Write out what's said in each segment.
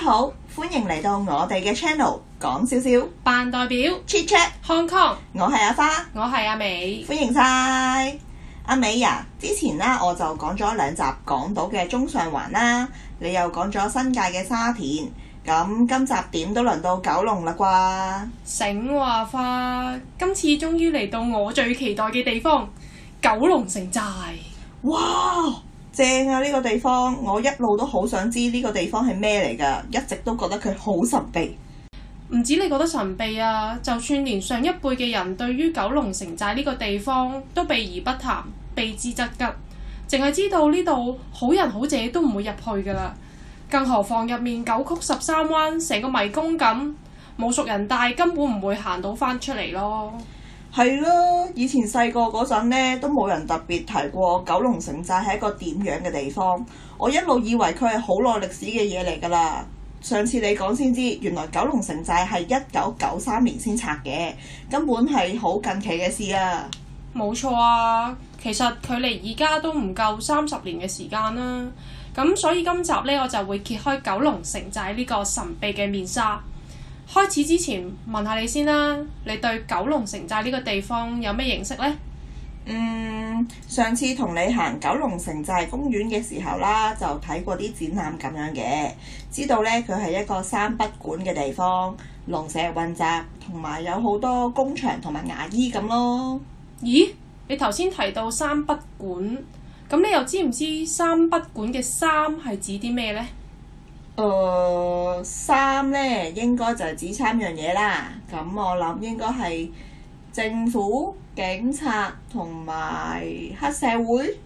好，歡迎嚟到我哋嘅 channel，講少少扮代表 chit chat， Hong Kong，我係阿花，我係阿美，歡迎晒阿美啊！之前呢，我就講咗兩集港島嘅中上環啦，你又講咗新界嘅沙田，咁今集點都輪到九龍啦啩？醒喎阿花，今次終於嚟到我最期待嘅地方——九龍城寨。哇！正啊！呢個地方，我一路都好想知呢個地方係咩嚟㗎，一直都覺得佢好神秘。唔止你覺得神秘啊，就算連上一輩嘅人對於九龍城寨呢個地方都避而不談，避之則吉，淨係知道呢度好人好者都唔會入去㗎啦。更何況入面九曲十三彎，成個迷宮咁，冇熟人帶根本唔會行到翻出嚟咯。係咯，以前細個嗰陣呢，都冇人特別提過九龍城寨係一個點樣嘅地方。我一路以為佢係好耐歷史嘅嘢嚟㗎啦。上次你講先知，原來九龍城寨係一九九三年先拆嘅，根本係好近期嘅事啊！冇錯啊，其實距離而家都唔夠三十年嘅時間啦。咁所以今集呢，我就會揭開九龍城寨呢個神秘嘅面紗。開始之前問下你先啦，你對九龍城寨呢個地方有咩認識呢？嗯，上次同你行九龍城寨公園嘅時候啦，就睇過啲展覽咁樣嘅，知道呢，佢係一個三不管嘅地方，龍蛇混雜，同埋有好多工場同埋牙醫咁咯。咦，你頭先提到三不管，咁你又知唔知三不管嘅三係指啲咩呢？誒、呃三呢應該就係指三樣嘢啦。咁我諗應該係政府、警察同埋黑社會。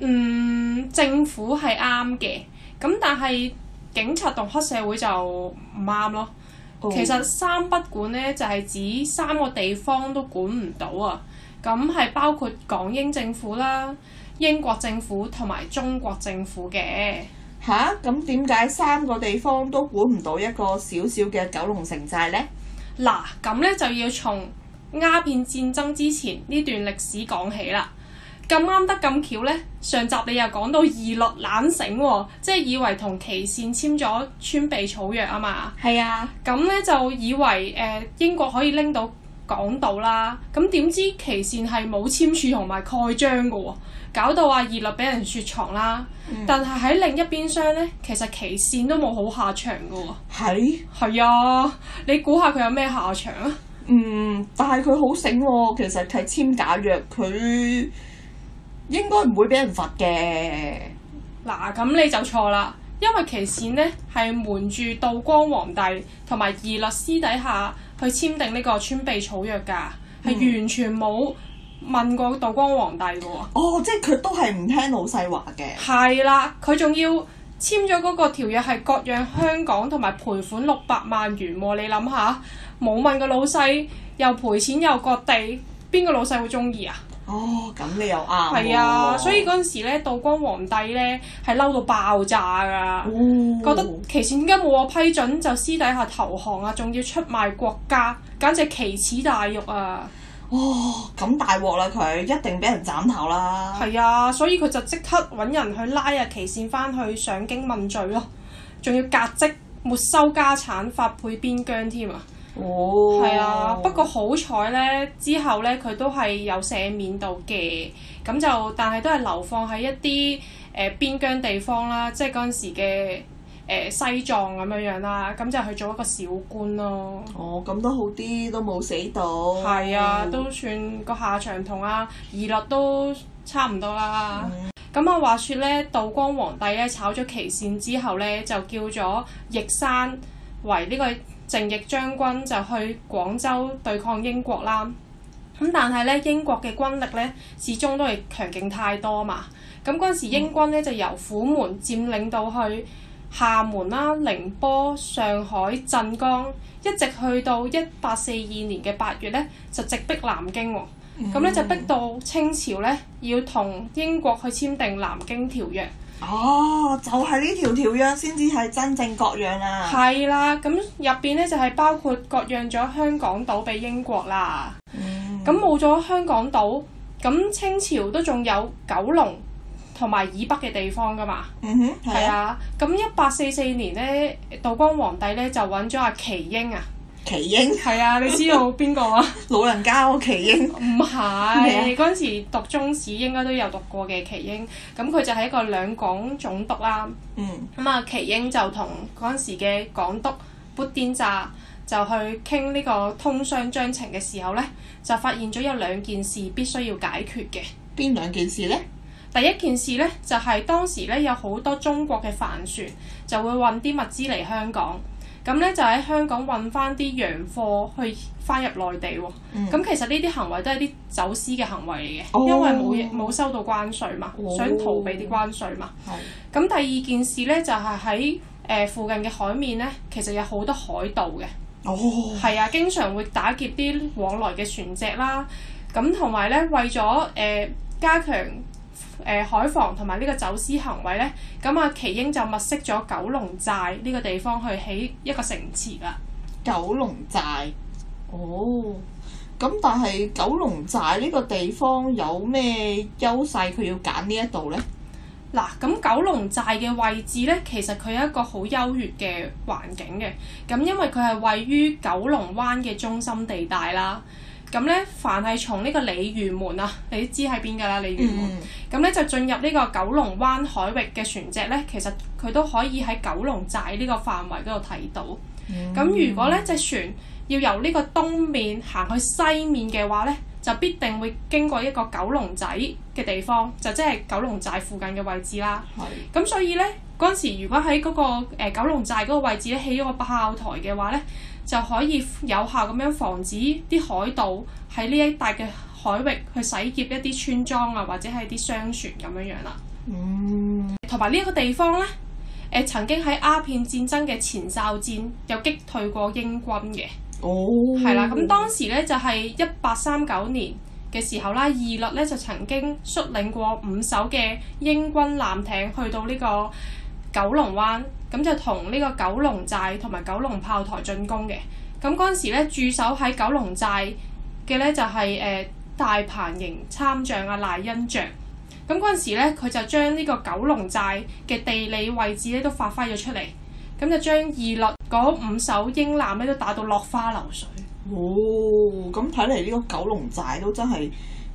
嗯，政府係啱嘅，咁但係警察同黑社會就唔啱咯。哦其實三不管呢，就係、指三個地方都管唔到啊，咁係包括港英政府啦、英國政府同埋中國政府嘅。吓，咁點解三個地方都管唔到一個小小嘅九龍城寨呢？嗱，咁呢就要從鴉片戰爭之前呢段歷史講起啦。咁啱得咁巧呢，上集你又講到義律懶醒喎、即係以為同琦善簽咗川備草約啊嘛。係啊，咁咧就以為誒、呃英國可以拎到港島啦，咁點知期善係冇簽署同埋蓋章嘅喎，搞到阿義律俾人雪藏啦。但係喺另一邊廂呢，其實期善都冇好下場嘅喎。係，係啊，你估下佢有咩下場啊？嗯，但係佢好醒喎，其實係簽假約，佢應該唔會俾人罰嘅。嗱，咁你就錯啦，因為期善呢係瞞住道光皇帝同埋義律私底下去簽訂呢個川備草約㗎，係完全冇問過道光皇帝嘅喎。哦，即係佢都係唔聽老細話嘅。係啦，佢仲要簽咗嗰個條約係割讓香港同埋賠款六百萬元喎，你諗下，冇問個老細，又賠錢又割地，邊個老細會中意啊？哦，咁你又啱喎。係啊，所以嗰陣時咧，道光皇帝咧係嬲到爆炸㗎。哦覺得其善點解冇我批准就私底下投降啊，仲要出賣國家，簡直奇恥大辱啊！哦，咁大鑊啦佢，一定俾人斬頭啦。係啊，所以佢就即刻揾人去拉啊琦善翻去上京問罪咯，仲要革職、沒收家產、發配邊疆添啊！哦，係啊，不過好彩呢，之後呢，佢都係有赦免到嘅，咁就但係都係流放喺一啲誒、呃、邊疆地方啦，即係嗰陣時嘅誒、呃西藏咁樣樣啦，咁就去做一個小官咯。哦，咁都好啲，都冇死到。係啊，哦都算個下場同阿義律都差唔多啦。咁啊、話說咧，道光皇帝咧炒咗琦善之後咧，就叫咗奕山為呢個正逆將軍，就去廣州對抗英國啦。咁但係咧，英國嘅軍力咧，始終都係強勁太多嘛。咁嗰陣時，英軍咧就由虎門佔領到去廈門啦、寧波、上海、鎮江，一直去到一八四二年嘅八月咧，就直逼南京喎。咁咧就逼到清朝咧要同英國去簽訂南京條約，哦，就係呢條條約先至係真正割讓啦。係啦，咁入邊咧就係包括割讓咗香港島俾英國啦。咁冇咗香港島，咁清朝都仲有九龍同埋以北嘅地方噶嘛。嗯哼，係係啊，啊，咁一八四四年咧，道光皇帝咧就揾咗阿奇英啊，奇英係啊，你知道邊個 啊？老人家嗰個奇英，唔咩係，啊嗰陣時讀中史應該都有讀過嘅奇英，咁佢就係一個兩港總督啦。嗯咁啊，奇英就同嗰陣時嘅港督砵甸乍就去傾呢個通商章程嘅時候呢，就發現咗有兩件事必須要解決嘅。邊兩件事呢？第一件事呢，就係、當時呢有好多中國嘅帆船就會運啲物資嚟香港，咁呢就喺香港運翻啲洋貨去翻入內地喎。咁、嗯其實呢啲行為都係啲走私嘅行為嚟嘅，哦因為冇冇收到關稅嘛，哦想逃避啲關稅嘛。係咁第二件事呢，就係喺誒附近嘅海面呢，其實有好多海盜嘅，哦，係啊，經常會打劫啲往來嘅船隻啦。咁同埋呢，為咗誒、呃加強誒、呃海防同埋呢個走私行為呢，咁啊奇英就物色咗九龍寨呢個地方去起一個城池啦。九龍寨，哦，咁但係九龍寨呢個地方有咩優勢？佢要揀呢一度呢？嗱，咁九龍寨嘅位置呢，其實佢有一個好優越嘅環境嘅。咁因為佢係位於九龍灣嘅中心地帶啦。咁呢，凡係從呢個鯉魚門啊，你知喺邊㗎啦？鯉魚門。嗯，咁呢，就進入呢個九龍灣海域嘅船隻呢，其實佢都可以喺九龍寨呢個範圍嗰度睇到。咁、如果呢隻船要由呢個東面行去西面嘅話呢，就必定會經過一個九龍仔嘅地方，就即係九龍寨附近嘅位置啦。係，咁所以呢，嗰陣時如果喺嗰、個、呃、九龍寨嗰個位置咧起咗個炮台嘅話呢，就可以有效咁樣防止啲海盜喺呢一帶嘅海域去洗劫一啲村莊啊，或者係啲商船咁樣樣啦。嗯，同埋呢一個地方呢，呃曾經喺鴉片戰爭嘅前哨戰有擊退過英軍嘅。哦，係啦，咁當時咧就係一八三九年嘅時候啦，義律咧就曾經率領過五艘嘅英軍艦艇去到呢個九龍灣，咁就同呢個九龍寨同埋九龍炮台進攻嘅。咁嗰陣時咧駐守喺九龍寨嘅咧就係、呃大鵬營參將啊賴恩爵。咁嗰陣時咧，佢就呃將啊呢個九龍寨嘅地理位置咧都發揮咗出嚟，咁就將義律嗰五艘英艦咧都打到落花流水。哦，咁睇嚟呢個九龍寨都真係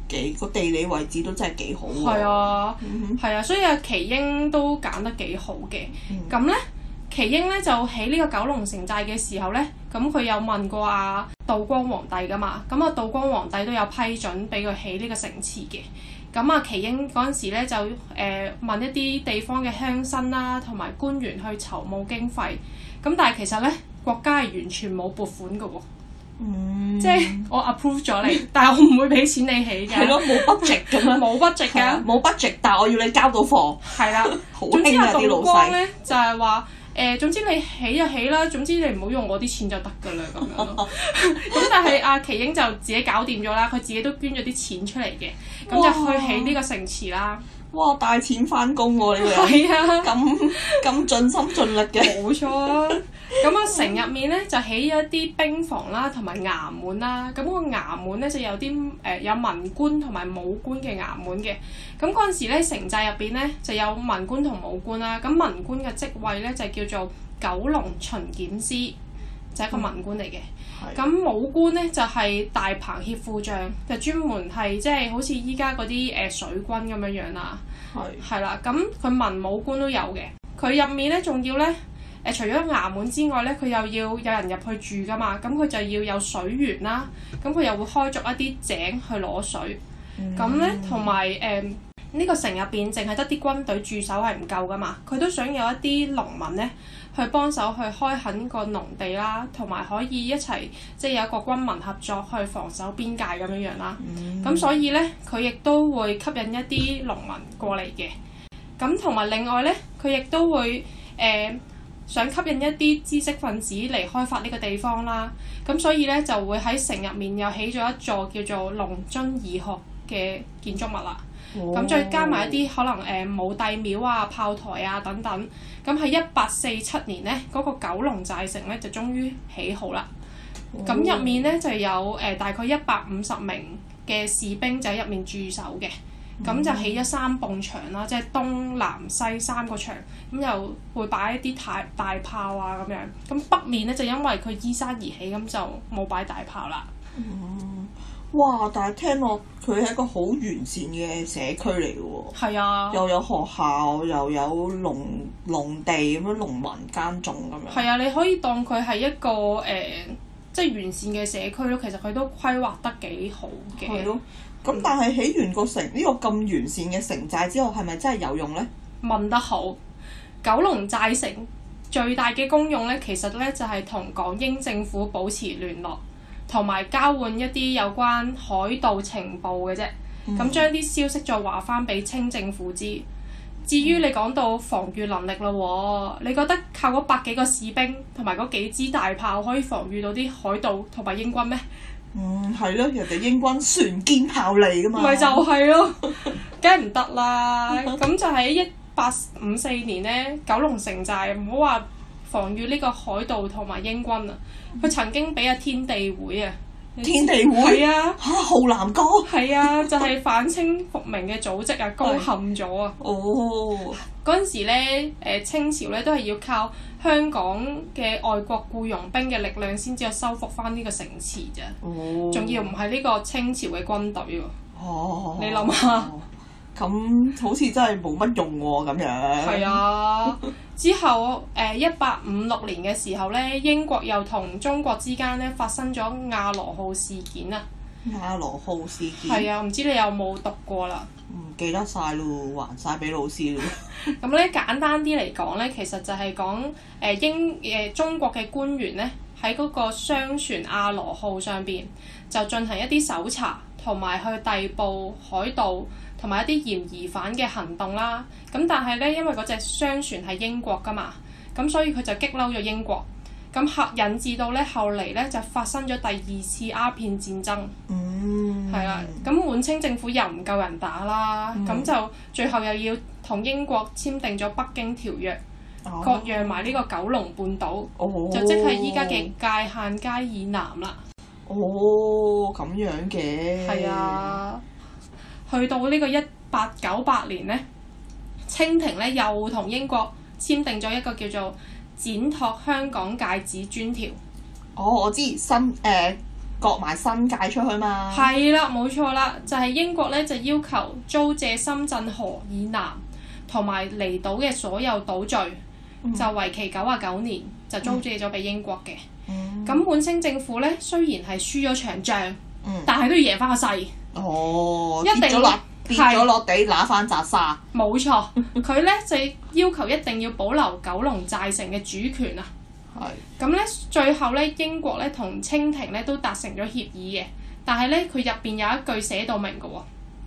幾個地理位置都真係幾好喎。係，啊，嗯係啊，所以阿奇英都揀得幾好嘅。咁呢，奇英呢就起呢個九龍城寨嘅時候呢，咁佢有問過阿、道光皇帝噶嘛，咁啊道光皇帝都有批准俾佢起呢個城池嘅。咁啊，奇英嗰陣時咧就誒、呃、問一啲地方嘅鄉紳啦，同埋官員去籌募經費。咁但係其實呢，國家係完全冇撥款嘅喎，嗯，即係我 approve 咗你，但係我唔會俾錢你係起嘅，咯，冇 budget 咁樣，冇 budget 係啊㗎，冇 budget，但係我要你交到貨，係啦。好總之興阿啊啲道老光細。咧就係話誒，總之你起就起啦，總之你唔好用我啲錢就得㗎啦咁 樣咯。咁但係阿奇英就自己搞掂咗啦，佢自己都捐咗啲錢出嚟嘅，咁就去起呢個城池啦。哇！帶錢翻工喎，呢個人係啊，咁咁盡心盡力嘅。冇錯啊。咁啊，城入面咧就起咗一啲兵房啦，同埋衙門啦。咁、個衙門咧就有啲誒、呃有文官同埋武官嘅衙門嘅。咁嗰陣時咧，城寨入邊咧就有文官同武官啦。咁文官嘅職位咧就叫做九龍巡檢司，就係、一個文官嚟嘅。係咁武官咧就係、大鵬協副將，就專門係即係好似依家嗰啲誒水軍咁樣樣啦。係係啦，咁佢文武官都有嘅，佢入面咧仲要咧，誒、除咗衙門之外咧，佢又要有人入去住噶嘛，咁佢就要有水源啦，咁佢又會開鑿一啲井去攞水，咁咧同埋誒呢個城入邊淨係得啲軍隊駐守係唔夠噶嘛，佢都想有一啲農民咧去幫手去開墾個農地啦，同埋可以一齊即係有一個軍民合作去防守邊界咁樣樣啦。咁、所以呢，佢亦都會吸引一啲農民過嚟嘅。咁同埋另外呢，佢亦都會誒、呃想吸引一啲知識分子嚟開發呢個地方啦。咁所以呢，就會喺城入面又起咗一座叫做龍津義學嘅建築物啦。咁、咁再加埋一啲可能誒、呃、武帝廟啊、炮台啊等等。咁喺一八四七年呢，嗰、個九龍寨城呢，就終於起好啦。咁入面咧就有誒、呃大概一百五十名嘅士兵就喺入面駐守嘅。咁就起咗三埲牆啦，即係東南西三個牆，咁又會擺一啲大大炮啊咁樣。咁北面咧就因為佢依山而起，咁就冇擺大炮啦。哇！但係聽落佢係一個好完善嘅社區嚟嘅喎，係啊，又有學校，又有農農地咁樣農民耕種咁樣。係啊，你可以當佢係一個誒、呃即係完善嘅社區咯。其實佢都規劃得幾好嘅。係咯。咁但係起完個城呢、個咁完善嘅城寨之後，係咪真係有用呢？問得好。九龍寨城最大嘅功用咧，其實咧就係同港英政府保持聯絡，同埋交換一啲有關海盜情報嘅啫。嗯咁將啲消息再話翻俾清政府知。至於你講到防禦能力咯喎，你覺得靠嗰百幾個士兵同埋嗰幾支大炮可以防禦到啲海盜同埋英軍咩？嗯，係咯，人哋英軍船堅炮利噶嘛。咪就係咯，梗係唔得啦。咁就喺一八五四年呢，九龍城寨唔好話防禦呢個海盜同埋英軍啊，佢曾經俾啊天地會啊，天地會係啊嚇浩南哥。係啊，就係、反清復明嘅組織啊，攻陷咗啊。哦，嗰陣時咧，誒、清朝咧都係要靠香港嘅外國僱傭兵嘅力量先至有收復翻呢個城池咋，哦，仲要唔係呢個清朝嘅軍隊喎。哦，你諗下。咁好似真係冇乜用喎、咁樣。係啊，之後誒一八五六年嘅時候咧，英國又同中國之間咧發生咗亞羅號事件啊。亞羅號事件。係啊，唔知你有冇讀過啦？唔記得晒咯，還晒俾老師咯。咁咧簡單啲嚟講咧，其實就係講誒英誒、中國嘅官員咧喺嗰個商船亞羅號上邊就進行一啲搜查，同埋去逮捕海盜同埋一啲嫌疑犯嘅行動啦。咁但係咧，因為嗰隻商船係英國噶嘛，咁所以佢就激嬲咗英國，咁後引致到咧後嚟咧就發生咗第二次鴉片戰爭。嗯，係啦，咁滿清政府又唔夠人打啦，咁、就最後又要同英國簽訂咗北京條約，哦割讓埋呢個九龍半島，哦就即係依家嘅界限街以南啦。哦咁樣嘅，係，啊，去到呢個一八九八年呢，清廷呢又同英國簽訂咗一個叫做展拓香港界址專條。哦我知新誒、割埋新界出去嘛，係啦，冇錯啦，就係、英國咧就要求租借深圳河以南同埋離島嘅所有島嶼，就為期九啊九年，就租借咗俾英國嘅。咁滿清政府咧雖然係輸咗場仗，嗯但係都要贏翻個勢。哦，一定跌咗落跌咗係落地揦翻扎沙，冇錯， 佢咧就要求一定要保留九龍寨城嘅主權啊！係咁咧，最後咧，英國咧同清廷咧都達成咗協議嘅，但係咧佢入邊有一句寫到明嘅喎。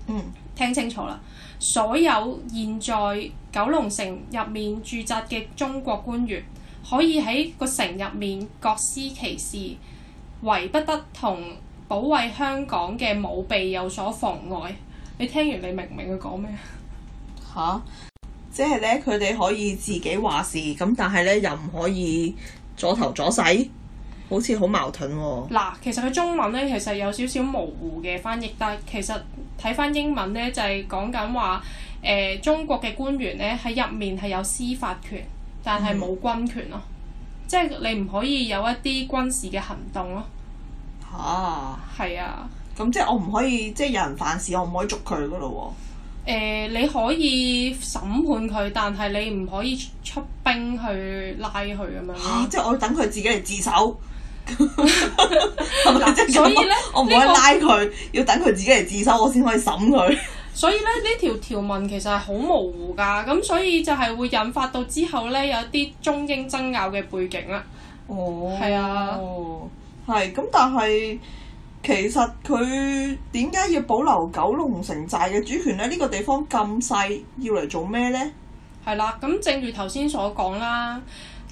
嗯。聽清楚啦，所有現在九龍城入面駐紮嘅中國官員，可以喺個城入面各司其事，唯不得同保衛香港嘅武備有所妨礙。你聽完你明唔明佢講咩？吓、即係咧佢哋可以自己話事，咁但係咧又唔可以左頭左勢，好似好矛盾喎、嗱，其實佢中文咧其實有少少模糊嘅翻譯，但係其實睇翻英文咧就係講緊話，誒、中國嘅官員咧喺入面係有司法權，但係冇軍權咯，即係你唔可以有一啲軍事嘅行動咯。吓、係啊，咁即係我唔可以，即係有人犯事，我唔可以捉佢噶咯誒、你可以審判佢，但係你唔可以出兵去拉佢咁樣喎。吓、咯。即係我等佢自己嚟自 首。係咪嗱即係咁所以呢我唔可以呢個拉佢，要等佢自己嚟自首，我先可以審佢。所以咧呢條條文其實係好模糊㗎，咁所以就係會引發到之後咧有一啲中英爭拗嘅背景啦。哦係啊，係咁，但係其實佢點解要保留九龍城寨嘅主權咧？呢、個地方咁細，要嚟做咩咧？係啦，咁正如頭先所講啦，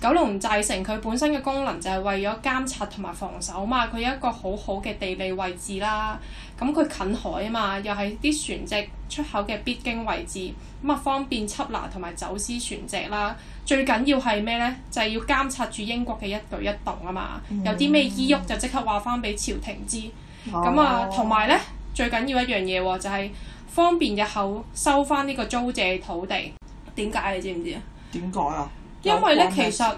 九龍寨城佢本身嘅功能就係為咗監察同埋防守嘛，佢有一個好好嘅地理位置啦。咁佢近海啊嘛，又係啲船隻出口嘅必經位置，咁啊方便緝拿同埋走私船隻啦。最緊要係咩呢？就係、要監察住英國嘅一舉一動啊嘛，有啲咩依喐哦哦啊就即刻話翻俾朝廷知。咁啊，同埋咧最緊要一樣嘢喎，就係、方便日後收翻呢個租借土地。點解你知唔知啊？點解啊？因為咧，有關其咩實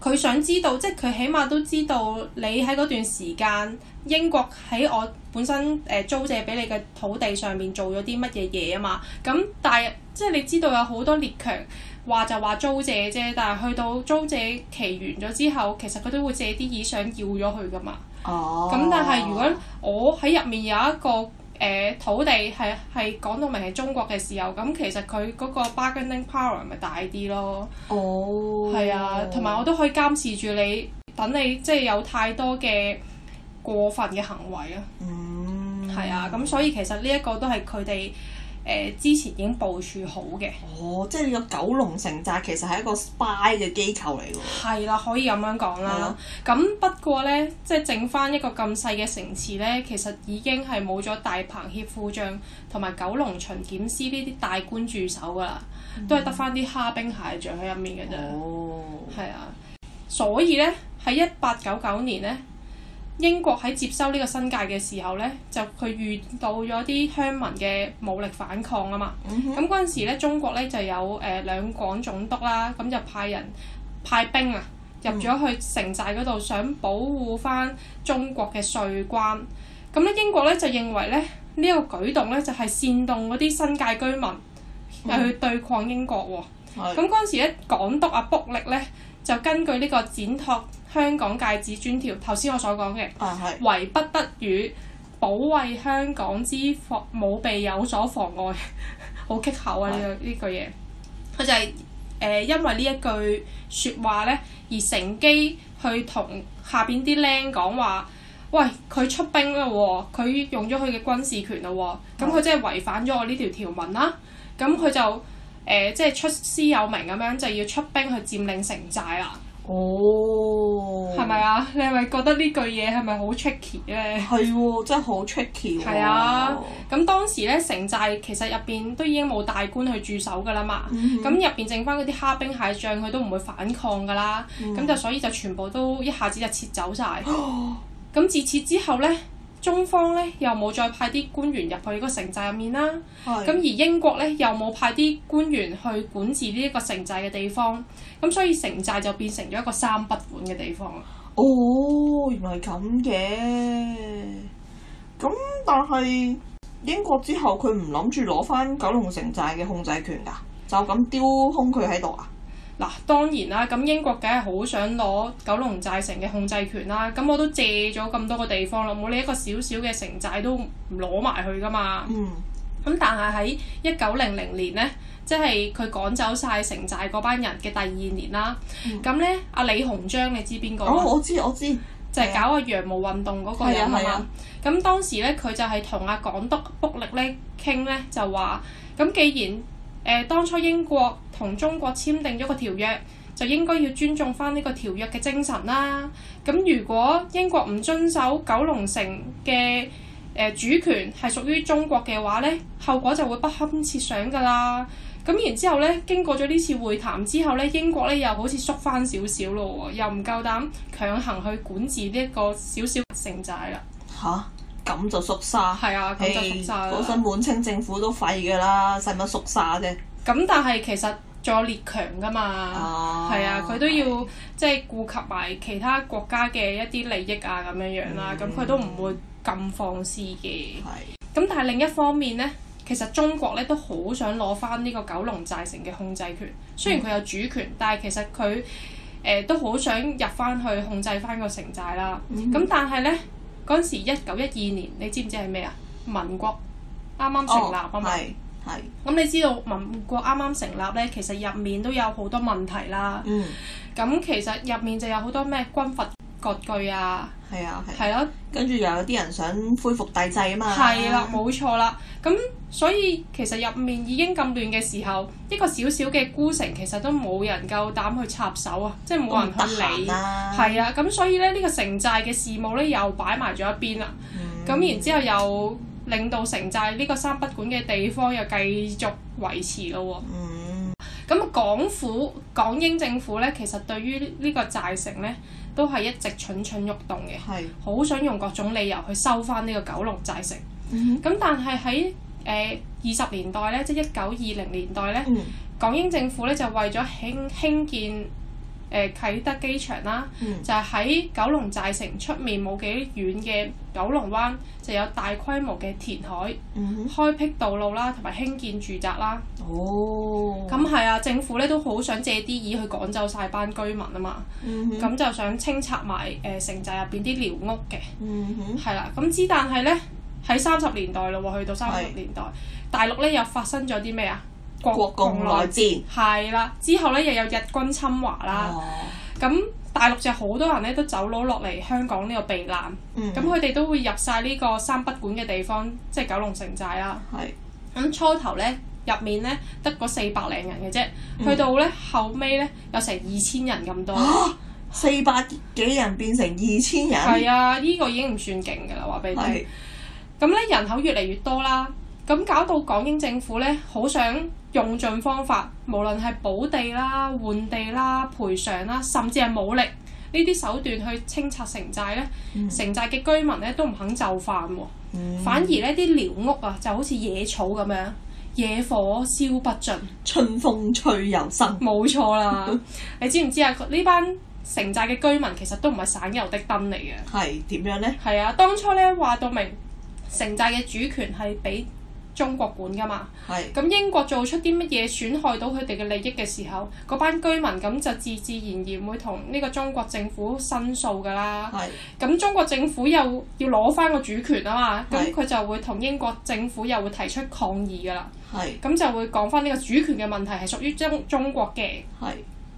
佢想知道，即係佢起碼都知道你喺嗰段時間英國喺我本身誒、呃租借俾你嘅土地上面做咗啲乜嘢嘢啊嘛。咁但係即係你知道有好多列強話就話租借啫，但係去到租借期完咗之後，其實佢都會借啲意想要咗佢噶嘛。哦，咁、但係如果我喺入面有一個誒、呃土地係係講到明係中國嘅時候，咁其實佢嗰個 bargaining power 咪大啲咯。哦，係啊，同埋我都可以監視住你，等你即係有太多嘅過分嘅行為啊。嗯係啊，咁所以其實呢一個都係佢哋誒之前已經部署好嘅。哦，即係你個九龍城寨其實係一個 spy 嘅機構嚟㗎喎。係啦，可以咁樣講啦。咁不過呢，即係剩翻一個咁細嘅城池呢，其實已經係冇咗大鵬協副將同埋九龍巡檢司呢啲大官駐守㗎啦，都係得翻啲蝦兵蟹將喺入面嘅啫。哦，係啊，所以咧喺一八九九年咧，英國喺接收呢個新界嘅時候咧，就佢遇到咗啲鄉民嘅武力反抗啊嘛。咁嗰陣時咧，中國咧就有誒、呃、兩廣總督啦，咁就派人派兵啊入咗去城寨嗰度，想保護翻中國嘅稅關。咁咧英國咧就認為咧呢、呢個舉動咧就係、煽動嗰啲新界居民呃去對抗英國喎、係咁嗰陣時咧，港督阿卜力咧就根據呢個展拓香港界址專條，頭先我所講嘅，啊係，為不得與保衛香港之防冇被有所妨礙， 好棘口啊！呢個呢句嘢，佢就係、誒、因為呢一句説話咧，而乘機去同下邊啲僆講話。喂，佢出兵啦喎，佢用咗佢嘅軍事權啦喎，咁佢即係違反咗我呢條條文啦，咁佢就誒、即係出師有名咁樣，就要出兵去佔領城寨啦，哦，係咪？啊？你係咪覺得呢句嘢係咪好 tricky 咧？係喎，真係好 tricky 喎。係啊，哦咁當時咧城寨其實入邊都已經冇大官去駐守㗎啦嘛，咁入邊剩翻嗰啲蝦兵蟹將佢都唔會反抗㗎啦，咁、就所以就全部都一下子就撤走晒。哦咁自此之後咧，中方咧又冇再派啲官員入去嗰個城寨入面啦，係咁而英國咧又冇派啲官員去管治呢一個城寨嘅地方，咁所以城寨就變成咗一個三不管嘅地方啦。哦，原來係咁嘅。咁但係英國之後，佢唔諗住攞翻九龍城寨嘅控制權㗎，就咁丟空佢喺度啊？嗱，當然啦，咁英國梗係好想攞九龍寨城嘅控制權啦。咁我都借咗咁多個地方啦，冇你一個小小嘅城寨都唔攞埋去噶嘛。嗯，咁但係喺一九零零年呢，即係佢趕走晒城寨嗰班人嘅第二年啦。咁呢，阿李鴻章你知邊個啊？嗯哦，我知我知，就係搞個洋務運動嗰個人啊啊係啊嘛。咁當時咧，佢就係同阿港督卜力咧傾咧，就話咁既然誒、呃、當初英國同中國簽訂咗個條約，就應該要尊重翻呢個條約嘅精神啦。咁如果英國唔遵守九龍城嘅誒、呃主權係屬於中國嘅話咧，後果就會不堪設想㗎啦。咁然之後咧，經過咗呢次會談之後咧，英國咧又好似縮翻少少咯喎，又唔夠膽強行去管治呢一個小小城寨啦。吓，咁就縮沙。係啊，咁就縮晒嗰陣啦。滿清政府都廢㗎啦，使乜縮沙啫？咁但係其實仲有列強噶嘛，啊係啊，佢都要即係顧及埋其他國家嘅一啲利益啊咁樣樣啦，咁佢都唔會咁放肆嘅。係咁但係另一方面呢，其實中國咧都好想攞翻呢個九龍寨城嘅控制權。雖然佢有主權，但係其實佢誒、呃都好想入翻去控制翻個城寨啦。嗯咁、但係呢，嗰陣時一九一二年，你知唔知係咩啊？民國啱啱成立啊嘛。哦係係咁你知道民國啱啱成立呢，其實入面都有好多問題啦。嗯咁其實入面就有好多咩軍閥割據啊，係啊係，係咯，跟住又有啲人想恢復帝制啊嘛，係啦，冇錯啦。咁所以其實入面已經咁亂嘅時候，一個小小嘅孤城其實都冇人夠膽去插手啊，即係冇人都唔去得閒理。啦係啊，咁所以咧呢、呢個城寨嘅事務咧又擺埋咗一邊啦。嗯咁、然之後又令到城寨呢個三不管嘅地方又繼續維持咯喎、嗯咁港府、港英政府咧，其實對於呢個寨城咧，都係一直蠢蠢欲動嘅，係好想用各種理由去收翻呢個九龍寨城。咁、嗯但係喺誒二十年代咧，即係一九二零年代咧，嗯港英政府咧就為咗興興建誒、呃、啟德機場啦，嗯就喺九龍寨城出面冇幾遠嘅九龍灣就有大規模嘅填海、嗯哼，開闢道路啦，同埋興建住宅啦。哦，咁係啊，政府咧都好想借啲意去趕走晒班居民啊嘛，嗯哼，咁、就想清拆埋誒、呃城寨入邊啲寮屋嘅。嗯哼，係啦，咁之但係呢，喺三十年代咯喎，去到三十係年代，大陸呢又發生咗啲咩啊？國共內戰係啦，之後呢又有日軍侵華啦，哦，咁、大陸就好多人呢都走佬落嚟香港呢度避難，嗯，咁佢哋都會入晒呢個三不管嘅地方，即係九龍城寨啦。係，咁初頭呢，入面呢得嗰四百零人嘅啫，嗯去到呢後尾呢，有成二千人咁多。哦啊四百幾人變成二千人，係啊，呢、個已經唔算勁㗎啦，話俾你聽。係，咁咧人口越嚟越多啦，咁搞到港英政府咧好想用盡方法，無論係補地啦、換地啦、賠償啦，甚至係武力呢啲手段去清拆城寨咧，城寨嘅居民咧都唔肯就範喎，嗯反而呢啲寮屋啊就好似野草咁樣，野火燒不盡。春風吹又生，冇錯啦，你知唔知啊？呢班城寨嘅居民其實都唔係省油的燈嚟嘅。係點樣咧？係啊，當初咧話到明城寨嘅主權係俾中國管噶嘛，係，咁英國做出啲乜嘢損害到佢哋嘅利益嘅時候，嗰班居民咁就自自然然會同呢個中國政府申訴噶啦。係，咁中國政府又要攞翻個主權啊嘛，咁係佢就會同英國政府又會提出抗議噶啦。係，咁就會講翻呢個主權嘅問題係屬於中中國嘅，係，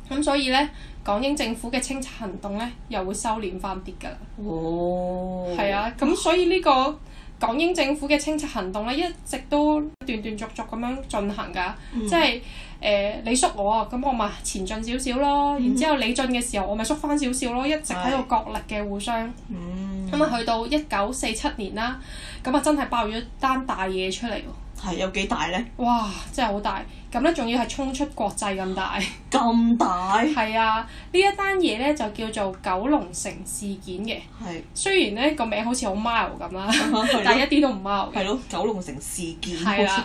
咁所以呢，港英政府嘅清拆行動呢，又會收斂翻啲㗎啦。哦，係，啊，咁所以呢個港英政府嘅清拆行動咧，一直都斷斷續續咁樣進行㗎，即係誒、呃你縮我啊，咁我咪前進少少咯，然之後你進嘅時候我咪縮翻少少咯，一直喺度角力嘅互相。嗯，咁啊，去到一九四七年啦，咁啊真係爆咗單大嘢出嚟喎！係有幾大咧？哇，真係好大！咁咧仲要係衝出國際咁大，咁大，係啊！呢一單嘢咧就叫做九龍城事件嘅。係，雖然咧個名好似好 mild 咁啦咯，但係一啲都唔 mild 嘅。係咯，九龍城事件好係啊似啦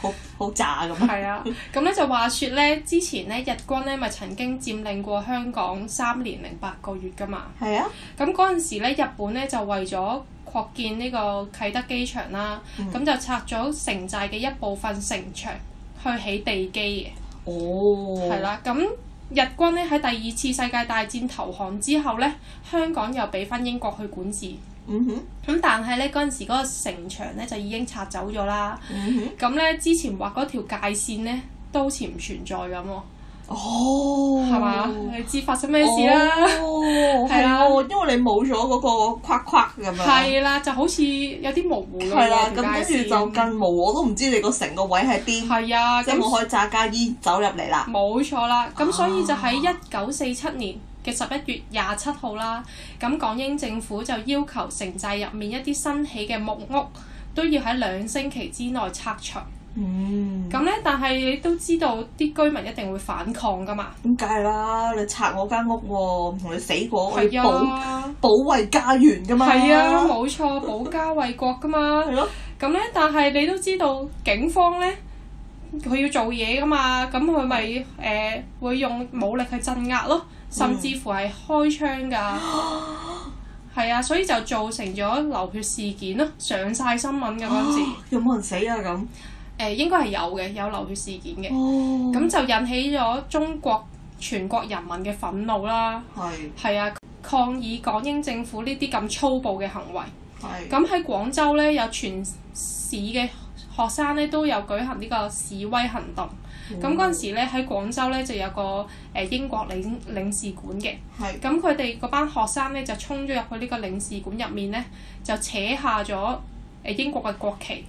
好好好炸咁啊，係啊，咁咧就話說咧，之前咧日軍咧咪曾經佔領過香港三年零八個月噶嘛。係啊，咁嗰陣時咧，日本咧就為咗擴建呢個啟德機場啦，咁、就拆咗城寨嘅一部分城牆去起地基哦，嘅，係啦、咁日軍咧喺第二次世界大戰投降之後咧，香港又俾翻英國去管治。嗯哼，咁但係咧嗰陣時嗰個城牆咧就已經拆走咗啦，嗯咁咧之前畫嗰條界線咧都好似唔存在咁喎，哼，哦，係嘛、你知發生咩事啦？哦，係係啊喎，因為你冇咗嗰個框框咁樣。係啊啦、就好似有啲模糊咯係啦，咁條界跟線住就更無，我都唔知你個成個位喺邊，係啊，即係我咁可以炸家衣走入嚟啦。冇錯啦，咁所以就啊喺一九四七年嘅十一月廿七號啦，咁港英政府就要求城寨入面一啲新起嘅木屋都要喺兩星期之內拆除。嗯，咁咧，但係你都知道啲居民一定會反抗噶嘛，咁梗係啦，你拆我間屋喎，唔同你死過，我係要保啊，保衞家園噶嘛。係啊，冇錯，保家衛國噶嘛係。咯，咁咧，但係你都知道警方咧，佢要做嘢噶嘛，咁佢咪誒會用武力去鎮壓咯，嗯甚至乎係開槍㗎。哦係啊，所以就造成咗流血事件咯，上晒新聞嘅嗰陣時，誒、有冇人死啊咁？應該係有嘅，有流血事件嘅，哦，咁就引起咗中國全國人民嘅憤怒啦。係係啊，抗議港英政府呢啲咁粗暴嘅行為。係咁喺廣州呢，有全市嘅學生呢都有舉行呢個示威行動。咁嗰陣時呢，喺廣州呢就有個誒、呃英國領領事館嘅，係咁佢哋嗰班學生呢就衝咗入去呢個領事館入面呢，就扯下咗誒、呃英國嘅國旗，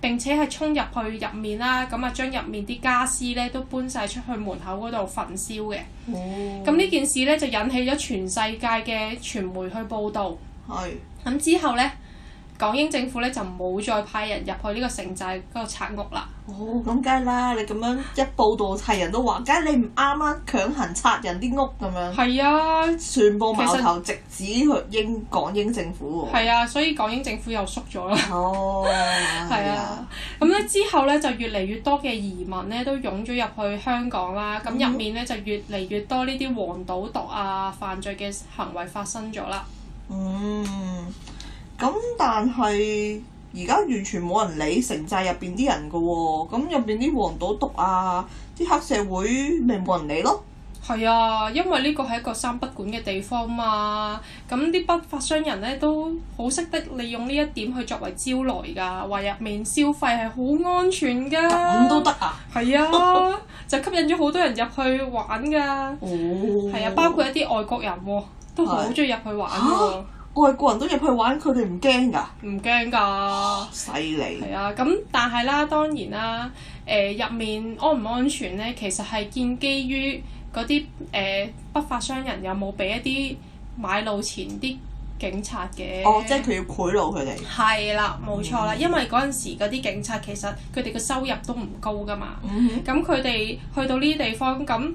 並且係衝入去入面啦，咁啊將入面啲家私呢都搬晒出去門口嗰度焚燒嘅。哦咁呢件事咧就引起咗全世界嘅傳媒去報導。係咁之後咧，港英政府咧就冇再派人入去呢個城寨嗰度拆屋啦。哦，咁梗係啦！你咁樣一報道，係人都話，梗係你唔啱啦，強行拆人啲屋咁樣，係啊，全部矛頭直指佢英港英政府喎。係啊，所以港英政府又縮咗啦。哦，啊係係啊，，咁咧之後咧就越嚟越多嘅移民咧都湧咗入去香港啦，咁入面咧就越嚟越多呢啲黃賭毒啊犯罪嘅行為發生咗啦。嗯，咁但係而家完全冇人理城寨入邊啲人噶喎，咁入邊啲黃賭毒啊，啲黑社會咪冇人理咯。係啊，因為呢個係一個三不管嘅地方嘛，咁啲不法商人咧都好識得利用呢一點去作為招來㗎，話入面消費係好安全㗎。咁都得啊？係啊，就吸引咗好多人入去玩㗎。哦，係係啊，包括一啲外國人喎、都好係中意入去玩喎、外國人都入去玩，佢哋唔驚㗎，唔驚㗎。犀利。係啊，咁但係啦，當然啦，誒、入面安唔安全咧，其實係建基於嗰啲誒不法商人有冇俾一啲買路前啲警察嘅。哦，即係嗯佢要賄賂佢哋。係啦，冇錯啦，因為嗰陣時嗰啲警察其實佢哋嘅收入都唔高噶嘛，嗯哼。咁佢哋去到呢啲地方，咁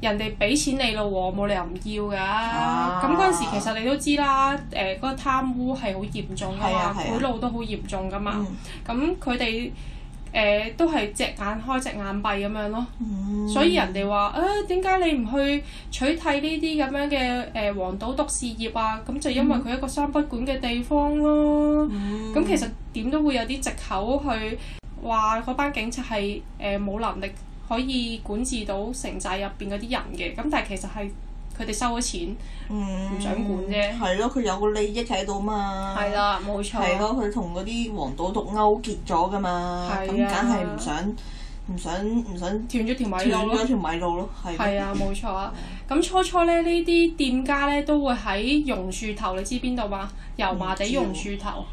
人哋俾錢你咯喎，冇理由唔要啊㗎。咁嗰陣時其實你都知啦，誒、嗰個貪污係好嚴重㗎係啊嘛，係啊賄賂都好嚴重㗎嘛。嗯咁佢哋誒都係隻眼開隻眼閉咁樣咯。嗯所以人哋話誒點解你唔去取締呢啲咁樣嘅誒黃賭毒事業啊？咁就因為嗯佢一個三不管嘅地方咯。咁、其實點都會有啲藉口去話嗰班警察係誒冇能力可以管治到城寨入邊嗰啲人嘅。咁但係其實係佢哋收咗錢，唔唔想管啫嗯係咯，佢有個利益喺度嘛。係。啦，冇錯。係咯，佢同嗰啲黃賭毒勾結咗噶嘛，係啊咁梗係唔想唔想唔想斷咗條米斷路咯咗。條米路咯，係咯。係啊，冇錯啊。咁初初咧，呢啲店家咧都會喺榕樹頭，你知邊度嘛？油麻地榕樹頭、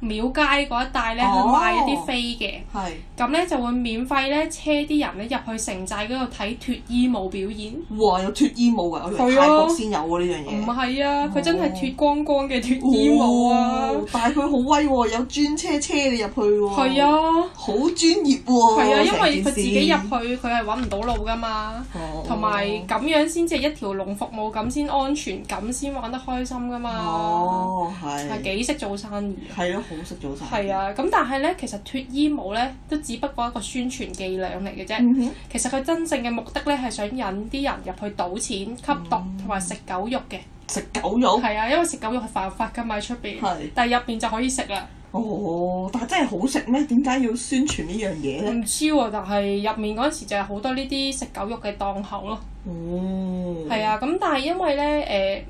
廟街嗰一帶咧，去哦賣一啲飛嘅。係。咁咧就會免費咧車啲人咧入去城寨嗰度睇脱衣舞表演。哇！有脱衣舞㗎，我以為係啊泰國先有喎呢樣唔嘢。係啊，佢真係脱哦光光嘅脱衣舞啊！哦但係佢好威喎，有專車車你入去喎。係。啊，好專業喎。係啊，因為哦成件佢事自己入去，佢係揾唔到路噶嘛。哦同埋咁樣先至係一條龍服務，咁先安全，咁先玩得開心噶嘛。哦，係係。幾識做生意啊！係咯，好識做晒。係。啊，咁但係咧，其實脱衣舞咧都只不過一個宣傳伎倆嚟嘅啫。嗯哼。其實佢真正嘅目的咧係想引啲人入去賭錢、吸毒同埋食狗肉嘅。食狗肉。係啊，因為食狗肉係犯法㗎嘛喺出邊係，但係入邊就可以食啦。哦，但係真係好食咩？點解要宣傳呢樣嘢咧？唔知喎，但係入面嗰陣時就係好多呢啲食狗肉嘅檔口咯。哦，係，啊，咁但係因為咧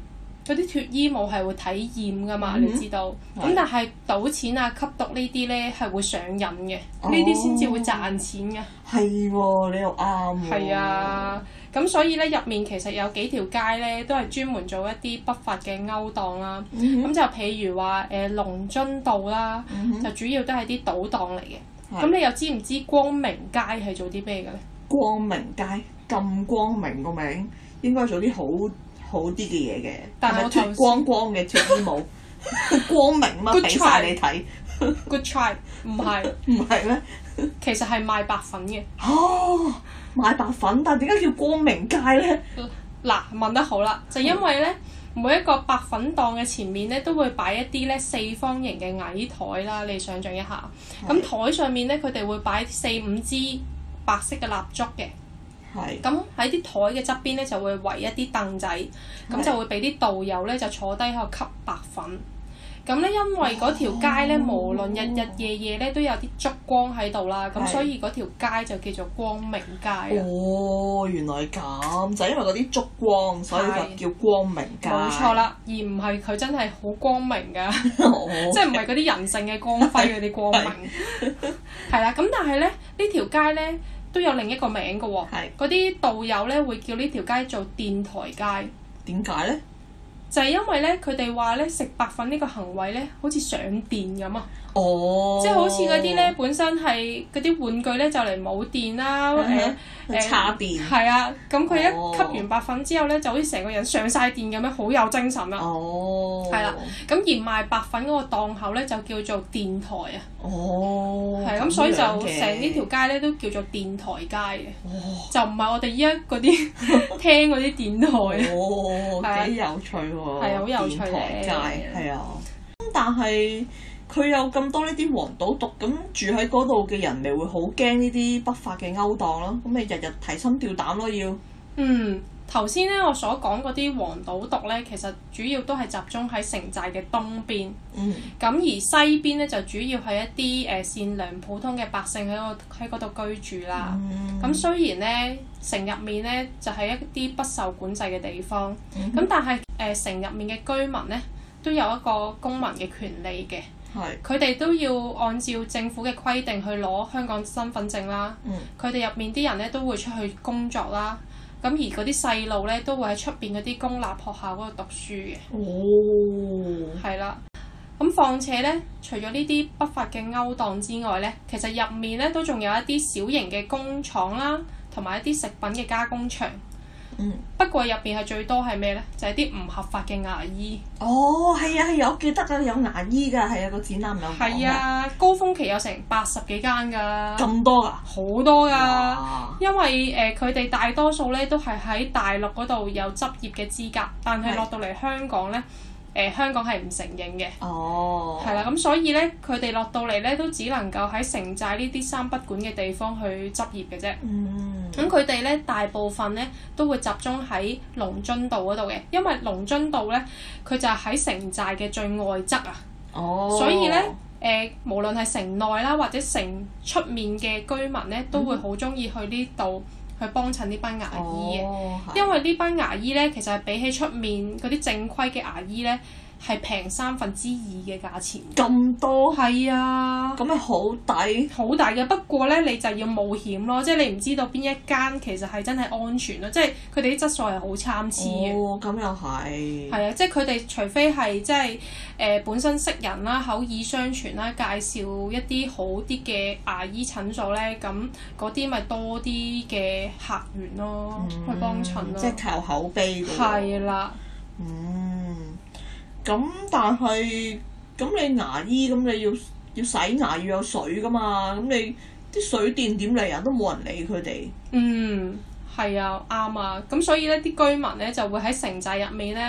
誒嗰啲脱衣舞係會體驗㗎嘛，嗯你知道。咁係但係賭錢啊、吸毒呢啲咧係會上癮嘅，呢哦啲先至會賺錢㗎。係喎，你又啱喎。係，啊，哦咁所以咧入面其實有幾條街咧都係專門做一啲不法嘅勾當啦。嗯咁、就譬如話誒、呃、龍津道啦，就主要都係啲賭檔嚟嘅。係咁你又知唔知光明街係做啲咩嘅咧？光明街咁光明個名，應該做啲好好啲嘅嘢嘅，但係係我頭脱先光光嘅脱衣舞， 光明乜 Good 俾晒你睇， Good try，唔係，唔係咩？其實係賣白粉嘅。哦，賣白粉，但係點解叫光明街咧？嗱，問得好啦，就因為咧。每一個白粉檔嘅前面咧，都會擺一啲咧四方形嘅矮台啦，你想象一下。咁台上面咧，佢哋會擺四五支白色嘅蠟燭嘅。係，咁喺啲台嘅側邊咧就會圍一啲凳仔，咁係就會俾啲導遊咧就坐低喺度吸白粉。咁咧，因為嗰條街咧，無論日日夜夜咧都有啲燭光喺度啦，咁係所以嗰條街就叫做光明街啊。哦，原來咁，就因為嗰啲燭光，所以係就叫光明街。冇錯，啦，而唔係佢真係好光明㗎，哦即即係唔係嗰啲人性嘅光輝嗰啲光 明。係啦，咁但係咧呢條街咧都有另一個名㗎喎係。嗰啲導遊咧會叫呢條街做電台街。點解咧？就係因為咧，佢哋話咧食白粉呢個行為咧，好似上電咁啊！哦，即係好似嗰啲咧，本身係嗰啲玩具咧就嚟冇電啦，誒誒、嗯哼誒叉電係啊，咁佢哦一吸完白粉之後咧，就好似成個人上晒電咁樣，好有精神啦。哦，係啦，咁而賣白粉嗰個檔口咧就叫做電台啊，哦，係啊咁，所以就樣嘅哦成呢條街咧都叫做電台街嘅，就唔係我哋依家嗰啲 聽嗰啲電台啊。係哦，啊幾有趣喎！係啊好有趣電台嘅街係啊，咁但係佢有咁多呢啲黃賭毒，咁住喺嗰度嘅人咪會好驚呢啲不法嘅勾當咯，咁咪日日提心吊膽咯要。嗯，頭先咧我所講嗰啲黃賭毒咧，其實主要都係集中喺城寨嘅東邊。嗯，咁而西邊咧就主要係一啲誒、呃善良普通嘅百姓喺嗰喺嗰度居住啦。啊嗯咁、雖然咧城入面咧就係、一啲不受管制嘅地方，咁、但係誒、呃城入面嘅居民咧都有一個公民嘅權利嘅，係，佢哋都要按照政府嘅規定去攞香港身份證啦。嗯，佢哋入面啲人咧都會出去工作啦。咁而嗰啲細路咧都會喺出邊嗰啲公立學校嗰度讀書嘅。哦，係啦。咁況且呢，除咗呢啲不法嘅勾當之外呢，其實入面呢都仲有一啲小型嘅工廠啦，同埋一啲食品嘅加工場。嗯。不過入邊係最多係咩呢？就係啲唔合法嘅牙醫。哦，係啊係啊，我記得啊，有牙醫㗎，係啊，個展覽有講㗎係，啊，高峰期有成八十幾間㗎，咁多㗎，好多㗎。哇，因為誒佢哋大多數咧都係喺大陸嗰度有執業嘅資格，但係係落到嚟香港呢，誒、香港係唔承認嘅。哦，係啦，啊咁所以咧，佢哋落到嚟咧都只能夠喺城寨呢啲三不管嘅地方去執業嘅啫。嗯，咁佢哋咧大部分咧都會集中喺龍津道嗰度嘅，因為龍津道咧佢就係喺城寨嘅最外側啊，哦，所以咧。誒、無論係城內啦，或者城出面嘅居民咧，都會好中意去呢度去幫襯呢班牙醫嘅，哦，係因為呢班牙醫咧，其實係比起出面嗰啲正規嘅牙醫咧，係平三分之二嘅價錢。咁多，哦係啊，咁咪好抵。好大嘅。不過呢，你就要冒險咯，即係你唔知道邊一間其實係真係安全咯，即係佢哋啲質素係好參差嘅。哦，咁又係。係啊，即係佢哋除非係即係誒、呃本身識人啦，口耳相傳啦，介紹一啲好啲嘅牙醫診所呢，咁嗰啲咪多啲嘅客源咯，去幫襯嗯即咯係。靠口碑㗎喎。係啦，嗯，咁但係咁你牙醫咁你要要洗牙要有水㗎嘛？咁你啲水電點嚟啊？都冇人理佢哋。嗯，係啊，啱啊，咁所以呢啲居民呢，就會喺城寨入面呢，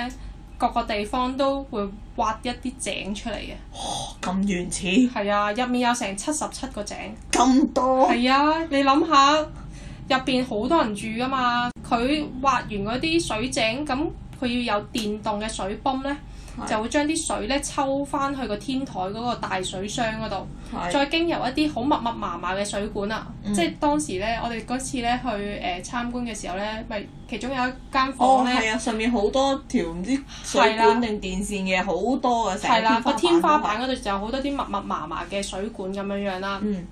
各個地方都會挖一啲井出嚟嘅。咁原始， 係啊，入面有成七十七個井。咁多，係啊，你諗下，入邊好多人住噶嘛，佢挖完嗰啲水井，咁佢要有電動嘅水泵呢，係就會將啲水呢抽翻去個天台嗰個大水箱嗰度，係再經由一啲好密密麻麻嘅水管啊，嗯即係當時呢，我哋嗰次呢去誒、呃、參觀嘅時候呢，咪其中有一間哦，房呢。係啊，上面好多條唔知水管定電線嘅，好多嘅，係成啦，個個天花板都係。嗰度就有好多啲密密麻麻嘅水管咁樣樣啦。嗯，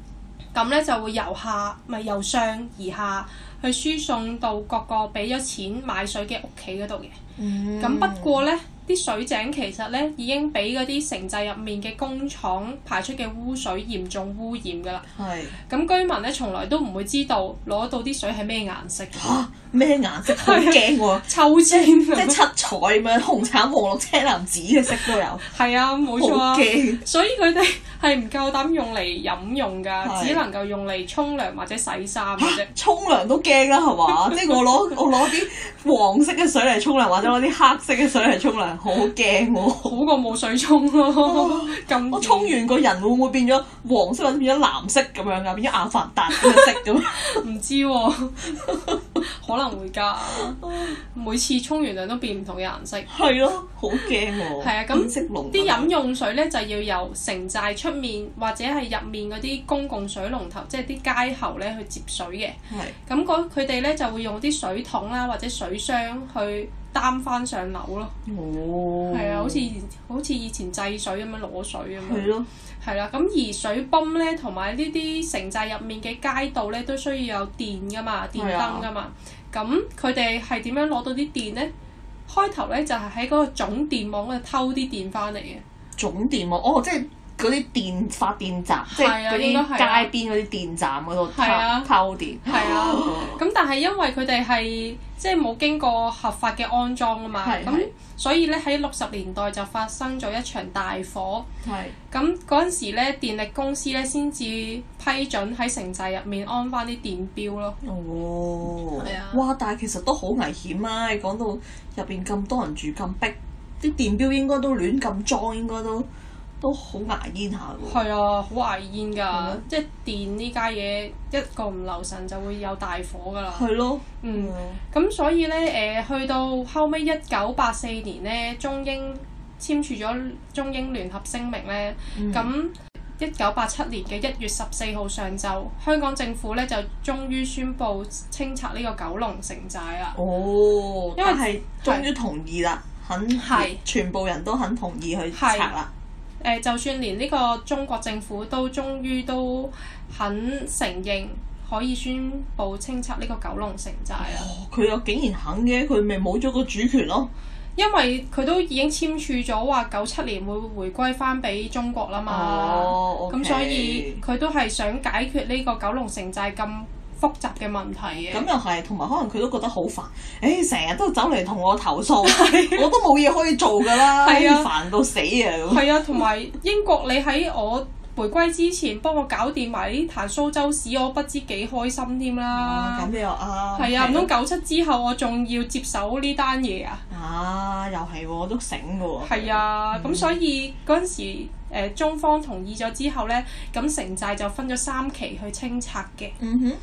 咁咧就會由下咪由上而下去輸送到各個俾咗錢買水嘅屋企嗰度嘅。嗯咁、不過呢啲水井其實呢已經俾嗰啲城寨入面嘅工廠排出嘅污水嚴重污染㗎啦。係咁居民呢從來都唔會知道攞到啲水係咩顏色， 嚇啊咩顏色？好驚喎！秋千即係啊七彩咁樣，紅橙黃綠青藍紫嘅色都有，係啊， 冇錯啊好。驚。所以佢哋係唔夠膽用嚟飲用㗎，係只能夠用嚟沖涼或者洗衫嘅 啫。沖涼都驚啦，係 嘛？即係我攞我攞啲黃色嘅水嚟沖涼，或者攞啲黑色嘅水嚟沖涼，好驚喎！好過冇水 沖咯，咁我沖完個人會唔會變咗黃色或者變咗藍色咁樣噶？啊變咗阿凡達咁嘅色咁？唔知喎、 可能會㗎。每次沖完涼都變唔同嘅顏色。係咯，好驚喎！係啊咁變色龍啲飲用水咧就要由城寨出面或者係入面嗰啲公共水龍頭，即係啲街喉咧去接水嘅。係咁嗰佢哋咧就會用啲水桶啦或者水箱去擔翻上樓咯。哦，係啊，好似以前好似以前制水咁樣攞水咁樣。係咯，係啦，咁而水泵咧，同埋呢啲城寨入面嘅街道咧，都需要有電噶嘛，電啊燈噶嘛。咁佢哋係點樣攞到啲電咧？開頭咧就係喺嗰個總電網嗰度偷啲電翻嚟嘅，總電網哦，即係嗰啲電發電站，即係係啊嗰啲應該係啊街邊嗰啲電站嗰度係啊偷偷電。係啊，哦咁但係因為佢哋係即係冇經過合法嘅安裝啊嘛，係咁係所以咧喺六十年代就發生咗一場大火，係咁嗰陣時咧電力公司咧先至批准喺城寨入面安翻啲電錶咯。哦係啊，哇！但係其實都好危險啊！你講到入邊咁多人住咁逼，啲電錶應該都亂咁裝，應該都都好牙煙下㗎喎。係啊，好危煙㗎咩，即係電呢家嘢一個唔留神就會有大火㗎啦。係咯，嗯，咁所以呢，誒、去到後尾一九八四年呢，中英簽署咗中英聯合聲明呢。嗯咁一九八七年嘅一月十四號上晝，香港政府呢就終於宣布清拆呢個九龍城寨啦。哦，因為但係終於同意啦，肯係全部人都肯同意去拆係啦。誒、呃就算連呢個中國政府都終於都肯承認可以宣布清拆呢個九龍城寨啊啦。哦佢又竟然肯嘅，佢咪冇咗個主權咯？因為佢都已經簽署咗話九七年會回歸翻俾中國啦嘛，哦咁、 OK 所以佢都係想解決呢個九龍城寨咁複雜嘅問題咁嘅。又係，同埋可能佢都覺得好煩，誒成日都走嚟同我投訴， 我都冇嘢可以做㗎啦，係啊煩到死啊咁。係啊，同埋英國你喺我回歸之前幫我搞掂埋呢壇蘇州市，我不知幾開心添啊啦。咁又啊，係啊，唔通九七之後我仲要接手呢單嘢啊？啊又係喎，都醒㗎喎。係嗯啊，咁所以嗰陣時誒中方同意咗之後呢，咁城寨就分咗三期去清拆嘅。嗯哼，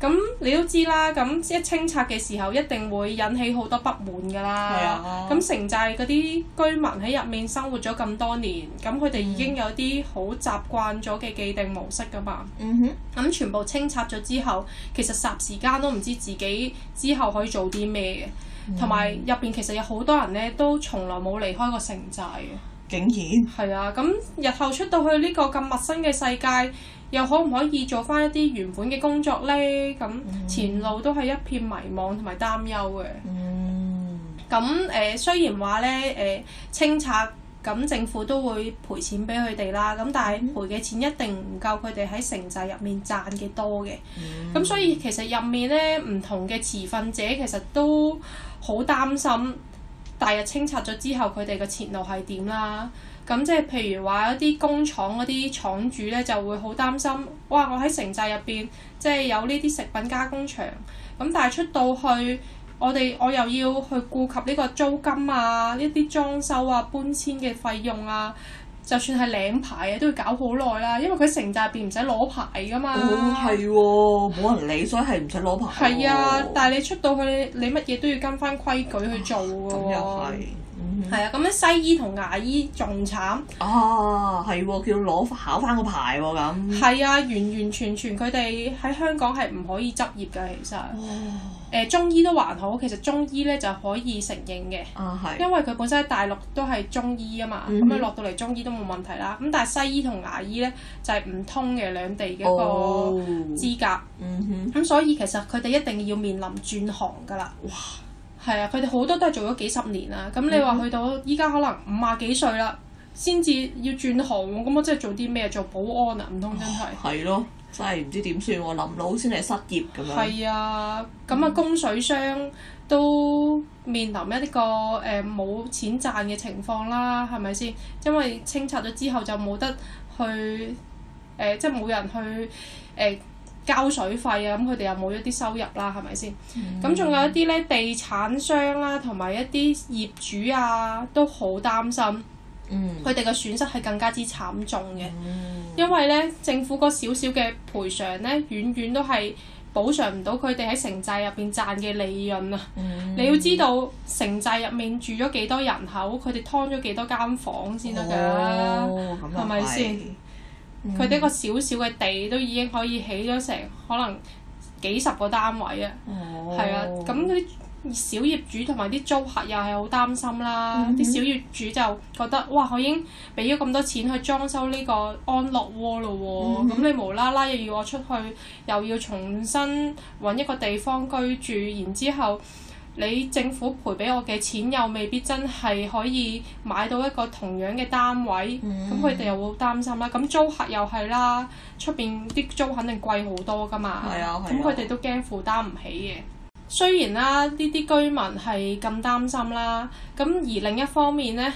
咁你都知啦，咁一清拆嘅時候一定會引起好多不滿㗎係啦啊。咁、城寨嗰啲居民喺入面生活咗咁多年，咁佢哋已經有啲好習慣咗嘅既定模式㗎嘛。嗯哼，咁全部清拆咗之後，其實霎時間都唔知自己之後可以做啲咩嘅，同埋入邊其實有好多人呢都從來冇離開過城寨嘅。竟然係啊，咁日後出到去呢個咁陌生嘅世界，又可唔可以做翻一啲原本嘅工作呢？咁前路都係一片迷茫同埋擔憂嘅。嗯咁誒、呃，雖然話呢，誒、呃、清拆，咁政府都會賠錢俾佢哋啦。咁但係賠嘅錢一定唔夠佢哋喺城寨入面賺嘅多嘅。咁、所以其實入面呢，唔同嘅持份者其實都好擔心，大日清拆咗之後佢哋嘅前路係點啦。咁即係譬如話一啲工廠嗰啲廠主呢，就會好擔心，哇！我喺城寨入邊即係有呢啲食品加工場，咁但係出到去。我哋我又要去顧及呢個租金啊、一啲裝修啊、搬遷嘅費用啊，就算係領牌啊，都要搞好耐啦，因為佢城寨入邊唔使攞牌噶嘛。哦係喎，冇人理，所以係唔使攞牌喎。係啊，但係你出到去，你乜嘢都要跟翻規矩去做㗎咁喎。又係。嗯哼係啊，咁樣西醫同牙醫仲慘，啊，係喎，叫攞考翻個牌喎咁。係啊，完完全全佢哋喺香港係唔可以執業㗎，其實。誒、哦中醫都還好，其實中醫咧就可以承認嘅。啊係。因為佢本身喺大陸都係中醫啊嘛，咁嗯哼佢落到嚟中醫都冇問題啦。咁但係西醫同牙醫呢，就係、唔通嘅兩地嘅一個哦，資格，咁、嗯哼，所以其實佢哋一定要面臨轉行㗎啦。哇！係啊，佢哋好多都係做咗幾十年啦。咁你話去到依家可能五啊幾歲啦，先至要轉行喎，咁我真係做啲咩？做保安啊？唔通真係？係咯，真係唔知點算喎，臨老先嚟失業咁樣。係啊，咁啊供水商都面臨一啲個誒冇、錢賺嘅情況啦，係咪先？因為清拆咗之後就冇得去誒、呃即係冇人去誒、呃交水費啊，咁佢哋又冇一啲收入啦，係咪先？嗯咁仲、有一啲咧地產商啦、同埋一啲業主啊，都好擔心嗯佢哋嘅損失係更加之慘重嘅。嗯因為咧，政府嗰少少嘅賠償咧，遠遠都係補償唔到佢哋喺城寨入邊賺嘅利潤啊！嗯你要知道，城寨入面住咗幾多人口，佢哋劏咗幾多間房先得㗎。哦，咁又係咪先？佢哋一個小小嘅地都已經可以起咗成可能幾十個單位啊！哦，係啊，咁嗰啲小業主同埋啲租客又係好擔心啦。啲、小業主就覺得哇，我已經俾咗咁多錢去裝修呢個安樂窩咯喎，咁、你無啦啦又要我出去，又要重新揾一個地方居住，然之後誒、你政府賠俾我嘅錢又未必真係可以買到一個同樣嘅單位，嗯咁佢哋又會擔心啦。咁租客又係啦，出邊啲租肯定貴好多噶嘛係啊，係啊咁佢哋都驚負擔唔起嘅。雖然啦，呢啲居民係咁擔心啦，咁而另一方面呢，誒、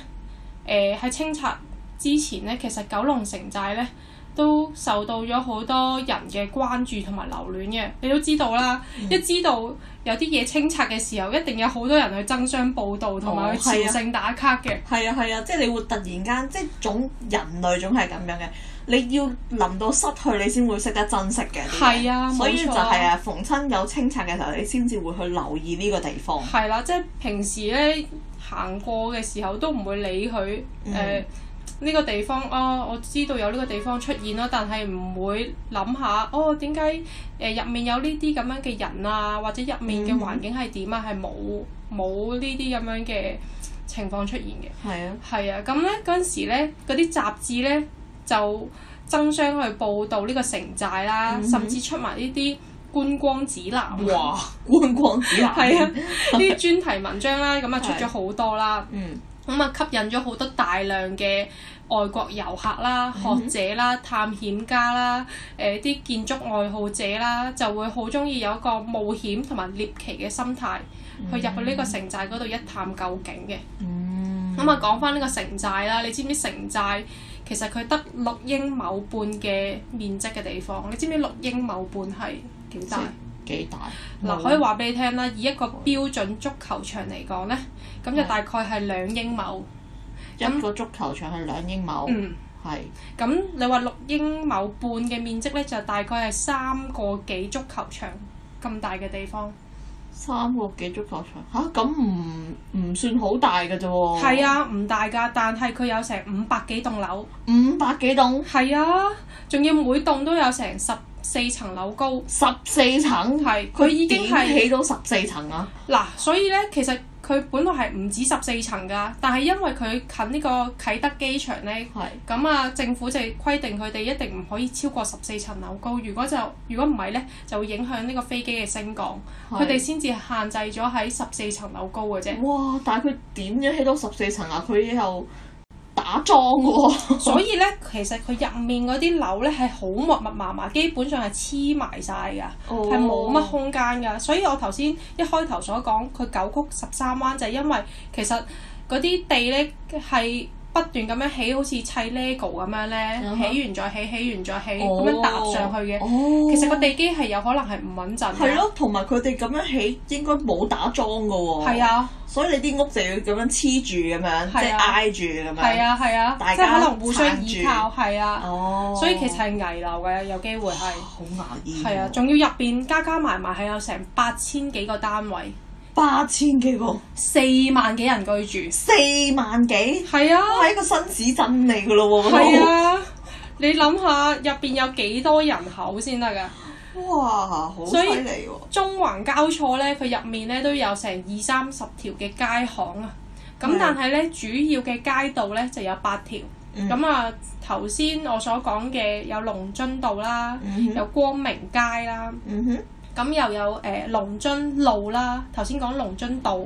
呃喺清拆之前呢，其實九龍城寨呢都受到咗好多人嘅關注同埋留戀嘅。你都知道啦，嗯一知道有啲嘢清拆嘅時候，一定有好多人去爭相報道同埋去朝係啊聖打卡嘅。係啊係啊，即係你會突然間，即係總人類總係咁樣嘅。你要臨到失去，你先會識得珍惜嘅。係啊所以冇就錯係啊，逢親有清拆嘅時候，你先至會去留意呢個地方。係啦，即係平時咧行過嘅時候都唔會理佢誒呢個地方哦，我知道有呢個地方出現啦，但係唔會諗下哦點解誒入面有呢啲咁樣嘅人啊，或者入面嘅環境係點啊，係冇冇呢啲咁樣嘅情況出現嘅。係啊，係啊，咁咧嗰陣時咧，嗰啲雜誌咧就爭相去報導呢個城寨啦，甚至出埋呢啲觀光指南啊。哇！觀光指南 係啊，呢啲專題文章啦，咁啊出咗係好多啦，嗯，咁啊吸引咗好多大量嘅外國遊客啦、學者啦、探險家啦、誒、啲建築愛好者啦，就會好中意有一個冒險同埋獵奇嘅心態，去入去呢個城寨嗰度一探究竟嘅。咁啊講翻呢個城寨啦，你知唔知城寨其實佢得六英畝半嘅面積嘅地方，你知唔知六英畝半係幾大？幾大？啊嗱，可以話俾你聽啦，以一個標準足球場嚟講呢，咁就大概係兩英畝。一個足球場係兩英畝，嗯，係咁你話六英畝半嘅面積呢，就大概係三個幾足球場咁大嘅地方。三個幾足球場吓，咁唔唔算好大嘅啫喎。係，啊，唔大㗎，但係佢有成五百幾棟樓。五百幾棟，係啊，仲要每棟都有成十四層樓高。十四層，係佢已經係點起到十四層啊！嗱，所以咧，其實佢本來係唔止十四層㗎，但係因為佢近呢個啟德機場咧係，咁啊政府就規定佢哋一定唔可以超過十四層樓高，如果就如果唔係咧，就會影響呢個飛機嘅升降，係嗯佢哋先至限制咗喺十四層樓高嘅啫。哇！但係佢點樣起到十四層啊？佢又打樁喎，所以咧，其實佢入面嗰啲樓咧係好密密麻麻，基本上係黐埋晒㗎，哦 係冇乜空間㗎。所以我頭先一開頭所講佢九曲十三彎就係因為其實嗰啲地咧係不斷咁樣起，好似砌 lego 咁樣咧嗯哼起完再起，起完再起哦咁樣搭上去嘅。哦其實個地基係有可能係唔穩陣係㗎。咯，同埋佢哋咁樣起應該冇打樁嘅喎。係，啊，所以你啲屋就要咁樣黐住咁樣，即係係啊挨住咁樣。係啊，係啊，大即係家可能互相撐依住靠，係啊，哦，所以其實係危樓嘅，有機會係。好牙煙。係啊，仲要入邊加加埋埋係有成八千幾個單位，八千幾個，四萬幾人居住。四萬幾，係啊，係一個新市鎮嚟嘅咯喎。係啊，你諗下入邊有幾多人口先得㗎？嗰度，哇，好犀所以利喎。中環交錯呢，佢入面呢都有成二三十條嘅街巷啊。咁係但係呢，主要嘅街道呢就有八條。嗯咁啊、頭先我所講嘅有龍津道啦，嗯哼有光明街啦。嗯哼，咁又有誒、呃、龍津路啦，頭先講龍津道，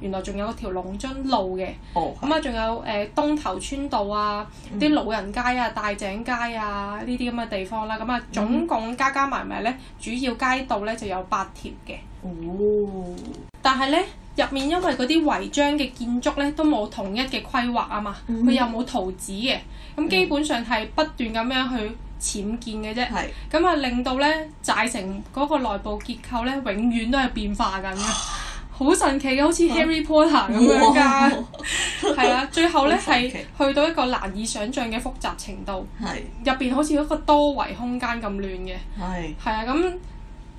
原來仲有條龍津路嘅，哦，咁啊仲有誒、呃、東頭村道啊，嗯啲老人街啊、大井街啊呢啲咁嘅地方啦，咁啊嗯總共加加埋埋咧，主要街道咧就有八條嘅，哦，但係咧入面因為嗰啲違章嘅建築咧都冇統一嘅規劃啊嘛，嗯佢又冇圖紙嘅，咁基本上係不斷咁樣去僭建嘅啫。係咁啊令到咧寨城嗰個內部結構咧，永遠都係變化緊嘅， 好神奇嘅，好似 Harry Potter 咁樣㗎。係啊，最後咧好神係奇去到一個難以想像嘅複雜程度，係入邊好似一個多維空間咁亂嘅。係係啊，咁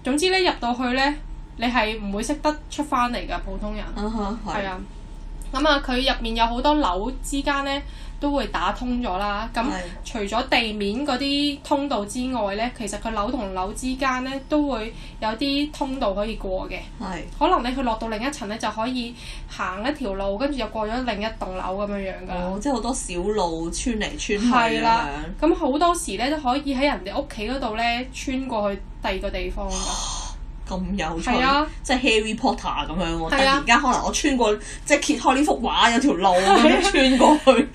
總之咧入到去咧，你係唔會識得出翻嚟㗎，普通人。啊哈係啊，咁啊，佢入面有好多樓之間呢，都會打通咗啦。咁係除咗地面嗰啲通道之外呢，其實佢樓同樓之間呢，都會有啲通道可以過嘅。係可能你去落到另一層呢，就可以行一條路，跟住又過咗另一棟樓咁樣樣㗎啦。哦，即係好多小路穿嚟穿去咁啊係啦樣，咁好多時呢，都可以喺人哋屋企嗰度呢，穿過去第二個地方㗎。咁有趣，係啊即係 Harry Potter 咁樣喎。突係啊然間可能我穿過，即係揭開呢幅畫有條路咁樣穿過去。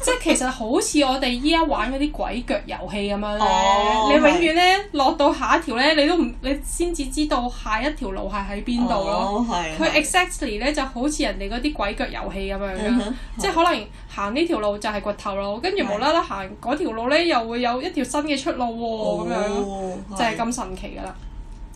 即係其實好似我哋依家玩嗰啲鬼腳遊戲咁樣咧，哦你永遠咧落到下一條咧，你都唔你先至知道下一條路係喺 邊度咯。哦，係。佢係 exactly 咧就好似人哋嗰啲鬼腳遊戲咁樣嗯嘅哼，即係可能行呢條路就係掘頭路，跟住無啦啦行嗰條路咧又會有一條新嘅出路喎咁樣咯，哦就係咁神奇㗎啦。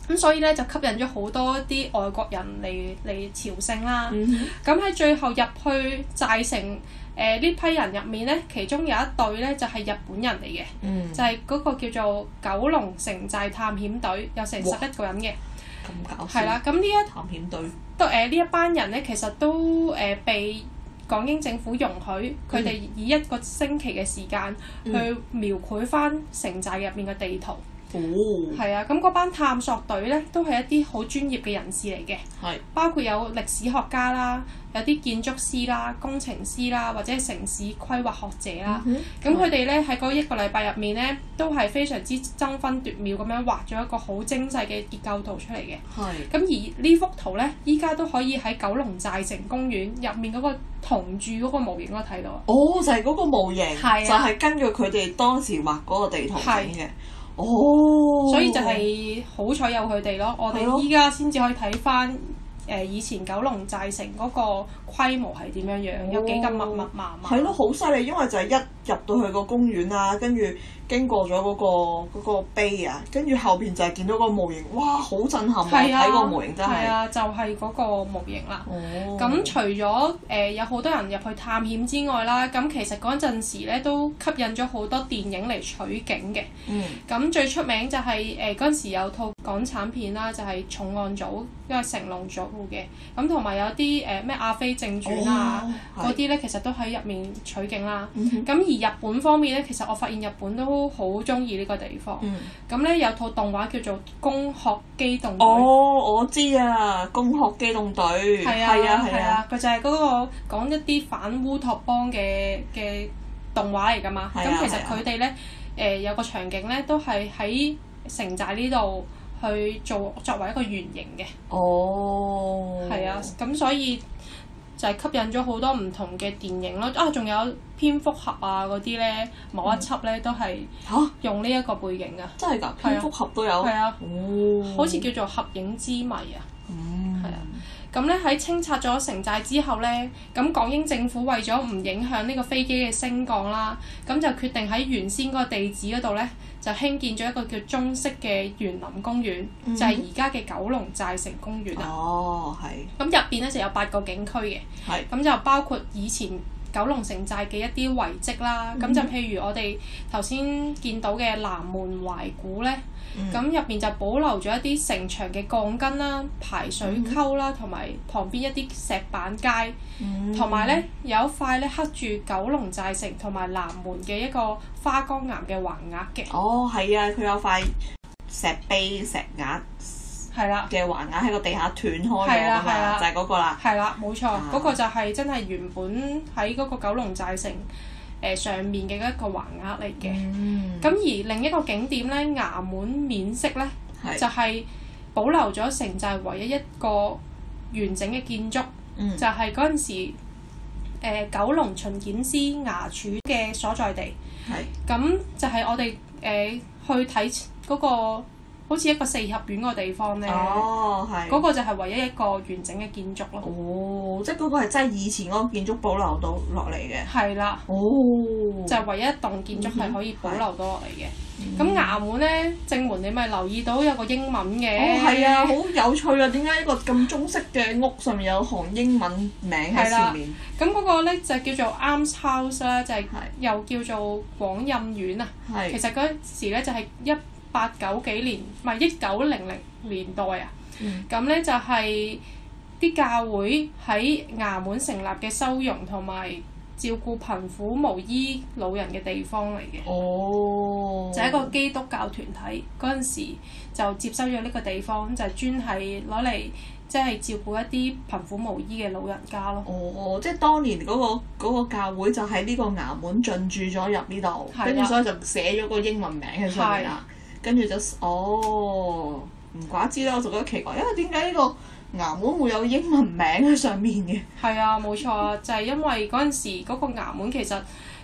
咁所以咧就吸引咗好多啲外國人嚟嚟朝聖啦。嗯咁喺最後入去寨城誒呃呢、批人入面咧，其中有一隊咧就係、日本人嚟嘅，嗯，就係、嗰個叫做九龍城寨探險隊，有成十哇一個人嘅，咁搞笑。係，啦。咁呢一探險隊。都誒呢一班人咧，其實都誒、呃被港英政府容嗯許佢哋以一個星期嘅時間去描繪翻城寨入面嘅地圖。哦，係啊，咁嗰班探索隊咧都係一啲好專業嘅人士嚟嘅。係。包括有歷史學家啦，有啲建築師啦、工程師啦，或者係城市規劃學者嗯啦。咁佢哋咧喺嗰一個禮拜入面咧，都係非常之爭分奪秒咁樣畫咗一個好精細嘅結構圖出嚟嘅。係。咁而呢幅圖咧，依家都可以喺九龍寨城公園入面嗰個銅柱嗰個模型嗰度睇到啊。哦，就係嗰個模型，係就啊係根據佢哋當時畫嗰個地圖整係嘅。哦，所以就係好彩有佢哋咯，我係咯哋依家先至可以睇翻誒以前九龍寨城嗰個規模係點樣樣，有幾咁密密麻麻。係咯，好犀利，因為就係一入到去個公園啦，跟住經過咗嗰、個嗰個碑啊，跟住後邊就係見到個模型，哇，好震撼係啊！啊，睇個模型真係係。啊，就係、嗰個模型啦。哦。咁、除咗誒、呃有好多人入去探險之外啦，咁其實嗰陣時咧都吸引咗好多電影嚟取景嘅。嗯咁最出名就係誒嗰陣時有套港產片啦，就係、重案組，因為成龍做嘅。咁同埋有啲誒咩阿飛正傳啊哦嗰係啲咧，其實都喺入面取景啦。嗯哼咁、而日本方面咧，其實我發現日本都好中意呢個地方。嗯，咁咧有套動畫叫做《攻殼機動隊》。哦，我知啊，攻殼機動隊，係係啊，啊，係係啊，啊，佢就係嗰個講一啲反烏托邦嘅嘅動畫嚟㗎嘛。係咁啊其實係啊佢哋咧，誒有個場景咧，都係喺城寨呢度去做作為一個原型嘅，哦，係啊，咁所以就係吸引咗好多唔同嘅電影咯。啊，仲有蝙蝠俠啊嗰啲咧，某一輯咧都係嚇、用呢一個背景啊，真係㗎，蝙蝠俠都有，係啊，哦，好似叫做《合影之謎》啊。嗯，係啊咁咧喺清拆咗城寨之後咧，咁港英政府為咗唔影響呢個飛機嘅升降啦，咁就決定喺原先嗰個地址嗰度咧，就興建咗一個叫中式嘅園林公園，嗯就係而家嘅九龍寨城公園啦。哦，係咁入邊咧就有八個景區嘅，係咁就包括以前九龍城寨嘅一啲遺跡啦。咁、就譬如我哋頭先見到嘅南門懷古咧，嗯咁入邊就保留咗一啲城牆嘅鋼筋啦、排水溝啦，同埋旁邊一啲石板街，嗯同埋咧有一塊咧刻住九龍寨城同埋南門嘅一個花崗岩嘅橫額嘅，哦，係啊，佢有塊石碑、石額係啦。嘅橫額喺個地下斷開咗係㗎啦係嘛，啦就係啊嗰個啦。係啦，冇錯，嗰、啊個就係真係原本喺嗰個九龍寨城誒、呃上面嘅一個橫額嚟嘅。嗯，咁、而另一個景點咧，衙門面色咧，就係，係保留咗城寨唯一一個完整嘅建築，嗯就係嗰陣時、呃、九龍巡檢司衙署嘅所在地。係，咁就係我哋誒、呃去睇嗰、個好似一個四合院個地方咧，嗰、哦，係，個就係唯一一個完整嘅建築咯。哦，即係嗰個係真係以前嗰個建築保留到落嚟嘅。係啦，哦，就係唯一一棟建嗯築係可以保留到落嚟嘅。咁衙門咧，正門你咪留意到有個英文嘅，哦，係啊，好有趣啊！點解一個咁中式嘅屋上面有行英文名喺前面？咁嗰個咧就叫做 Arms House 啦，就係係又叫做廣任院啊。其係，實嗰陣時咧就係一八九幾年，唔係一九零零年代啊。嗯咁咧、就係啲教會喺衙門成立嘅收容同埋照顧貧苦無依老人嘅地方嚟嘅。哦，就係一個基督教團體嗰陣時就接收咗呢個地方，就係專係攞嚟即係照顧一啲貧苦無依嘅老人家咯。哦，即係當年嗰、個嗰個教會就喺呢個衙門進駐咗入呢度，係啦跟住所以就寫咗個英文名喺上面啦。跟住就哦，唔怪之啦，我就覺得奇怪，因為點解呢個衙門會有英文名喺上面嘅？係啊，冇錯啊，就係、因為嗰陣時嗰個衙門其實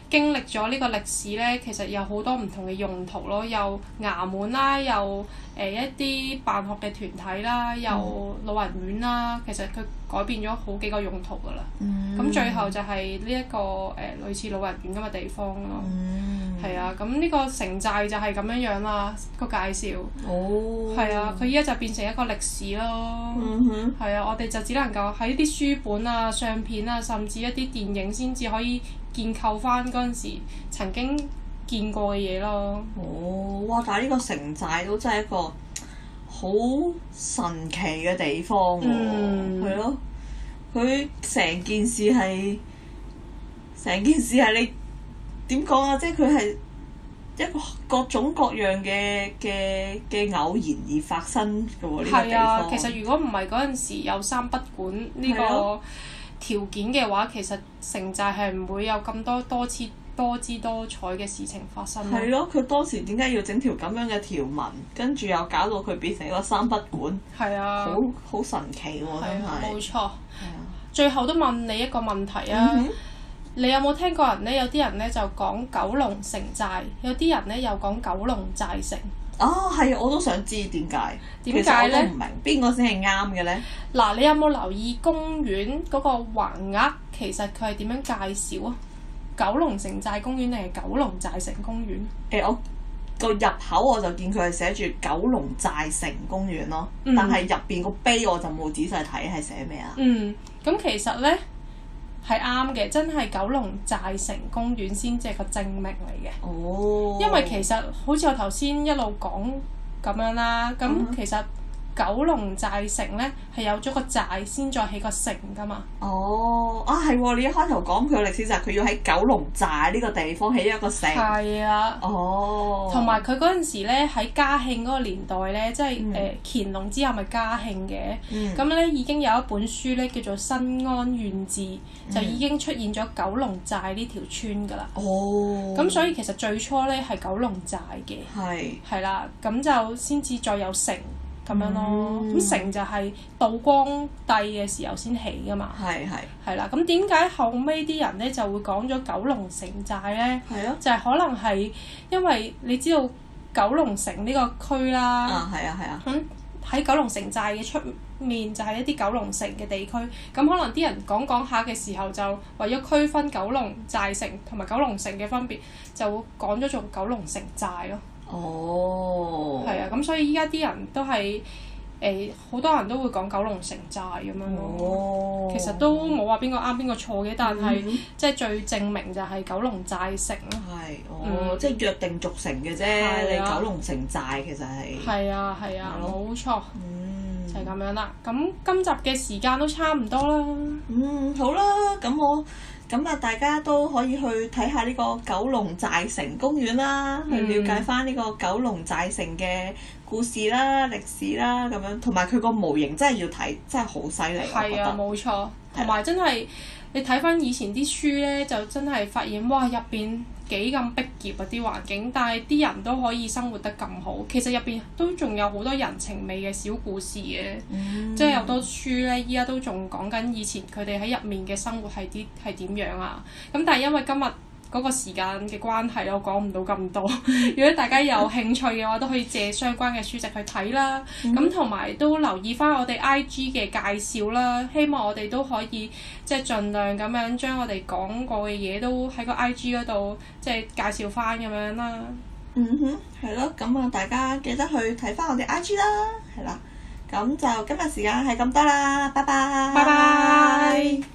經歷咗呢個歷史呢，其實有好多唔同嘅用途咯，有衙門啦，有誒、呃一啲辦學嘅團體啦，有老人院啦，其實佢改變咗好幾個用途㗎啦。嗯咁、最後就係呢一個誒、呃、類似老人院咁嘅地方咯。嗯係啊，咁呢個城寨就係咁樣樣啦，個介紹。哦，係啊，佢依家就變成一個歷史咯。嗯哼，係啊，我哋就只能夠喺啲書本啊、相片啊，甚至一啲電影先至可以建構翻嗰陣時曾經見過嘅嘢咯。哦，哇！但係呢個城寨都真係一個好神奇嘅地方喎，嗯係咯、佢成件事係成件事係你點講啊？即係佢係一個各種各樣嘅嘅嘅偶然而發生嘅喎，呢、個地係啊方。，其實如果唔係嗰陣時有三不管呢係個咯條件嘅話，其實城寨係唔會有咁多多次多姿多彩嘅事情發生咯。係咯，佢當時點解要整條咁樣嘅條紋，跟住又搞到佢變成一個三不管，係啊，好好神奇喎、係真啊，係。冇錯。係啊最後都問你一個問題啊！嗯哼你有冇聽過人呢？有啲人呢就講九龍城寨，有啲人呢又講九龍寨城。啊，係，我都想知點解？其點解呢實我都唔明邊個先係啱嘅咧？嗱，你有冇留意公園嗰個橫額？其實佢係點樣介紹啊？九龍城寨公園定係九龍寨城公園？誒、我個入口我就見佢係寫住九龍寨城公園咯，嗯但係入邊個碑我就冇仔細睇係寫咩啊。嗯，咁其實呢係啱嘅，真係九龍寨城公園先至係個正名嚟嘅。哦，因為其實好似我頭先一路講咁樣啦，咁嗯哼其實九龍寨城呢係有咗個寨先再起個城噶嘛。哦啊係喎，你一開頭講佢嘅歷史就係佢要喺九龍寨呢個地方起一個城。係啊。哦，同埋佢嗰陣時咧，喺嘉慶嗰個年代咧，即係誒、嗯乾隆之後咪嘉慶嘅，嗯咁咧、已經有一本書咧叫做《新安縣志》，嗯就已經出現咗九龍寨呢條村㗎啦。哦，咁、所以其實最初咧係九龍寨嘅，係係啦，咁就先至再有城咁樣咯。嗯咁、城就係道光帝嘅時候先起㗎嘛，係係係啦。咁點解後尾啲人咧就會講咗九龍城寨咧？係啊就係可能係因為你知道九龍城呢個區啦，啊係啊係啊，咁喺、九龍城寨嘅出面就係一啲九龍城嘅地區，咁可能啲人講講下嘅時候就為咗區分九龍寨城同埋九龍城嘅分別，就會講咗做九龍城寨咯。哦，係啊，咁所以依家啲人都係誒好多人都會講九龍城寨咁樣咯。哦，其實都冇話邊個啱邊個錯嘅，但係、嗯即係最證明就係九龍寨城咯。係，哦，嗯即係約定俗成嘅啫。係你啊九龍城寨其實係，係啊，係啊，係咯冇錯，嗯就係、咁樣啦。咁今集嘅時間都差唔多啦。嗯，好啦，咁我咁啊，大家都可以去睇下呢個九龍寨城公園啦，嗯去了解翻呢個九龍寨城嘅故事啦、歷史啦咁樣，同埋佢個模型真係要睇，真係好犀利，我覺係啊，得。冇錯。同埋真係你睇翻以前啲書呢，就真係發現哇，入邊幾咁逼仄啊啲環境，但係啲人都可以生活得咁好。其實入邊都仲有好多人情味嘅小故事嘅，嗯即係有好多書呢，依家都仲講緊以前佢哋喺入面嘅生活係啲係點樣啊。咁但係因為今日嗰個時間嘅關係，我講唔到咁多。 如果大家有興趣嘅話，都可以借相關嘅書籍去睇啦。咁同埋都留意翻我哋 IG 嘅介紹啦。希望我哋都可以即係盡量咁樣將我哋講過嘅嘢都喺個 IG 嗰度即係介紹翻咁樣啦。嗯哼，係咯，咁啊，大家記得去睇翻我哋 IG 啦，係啦，咁就今日時間係咁多啦，拜拜，拜拜。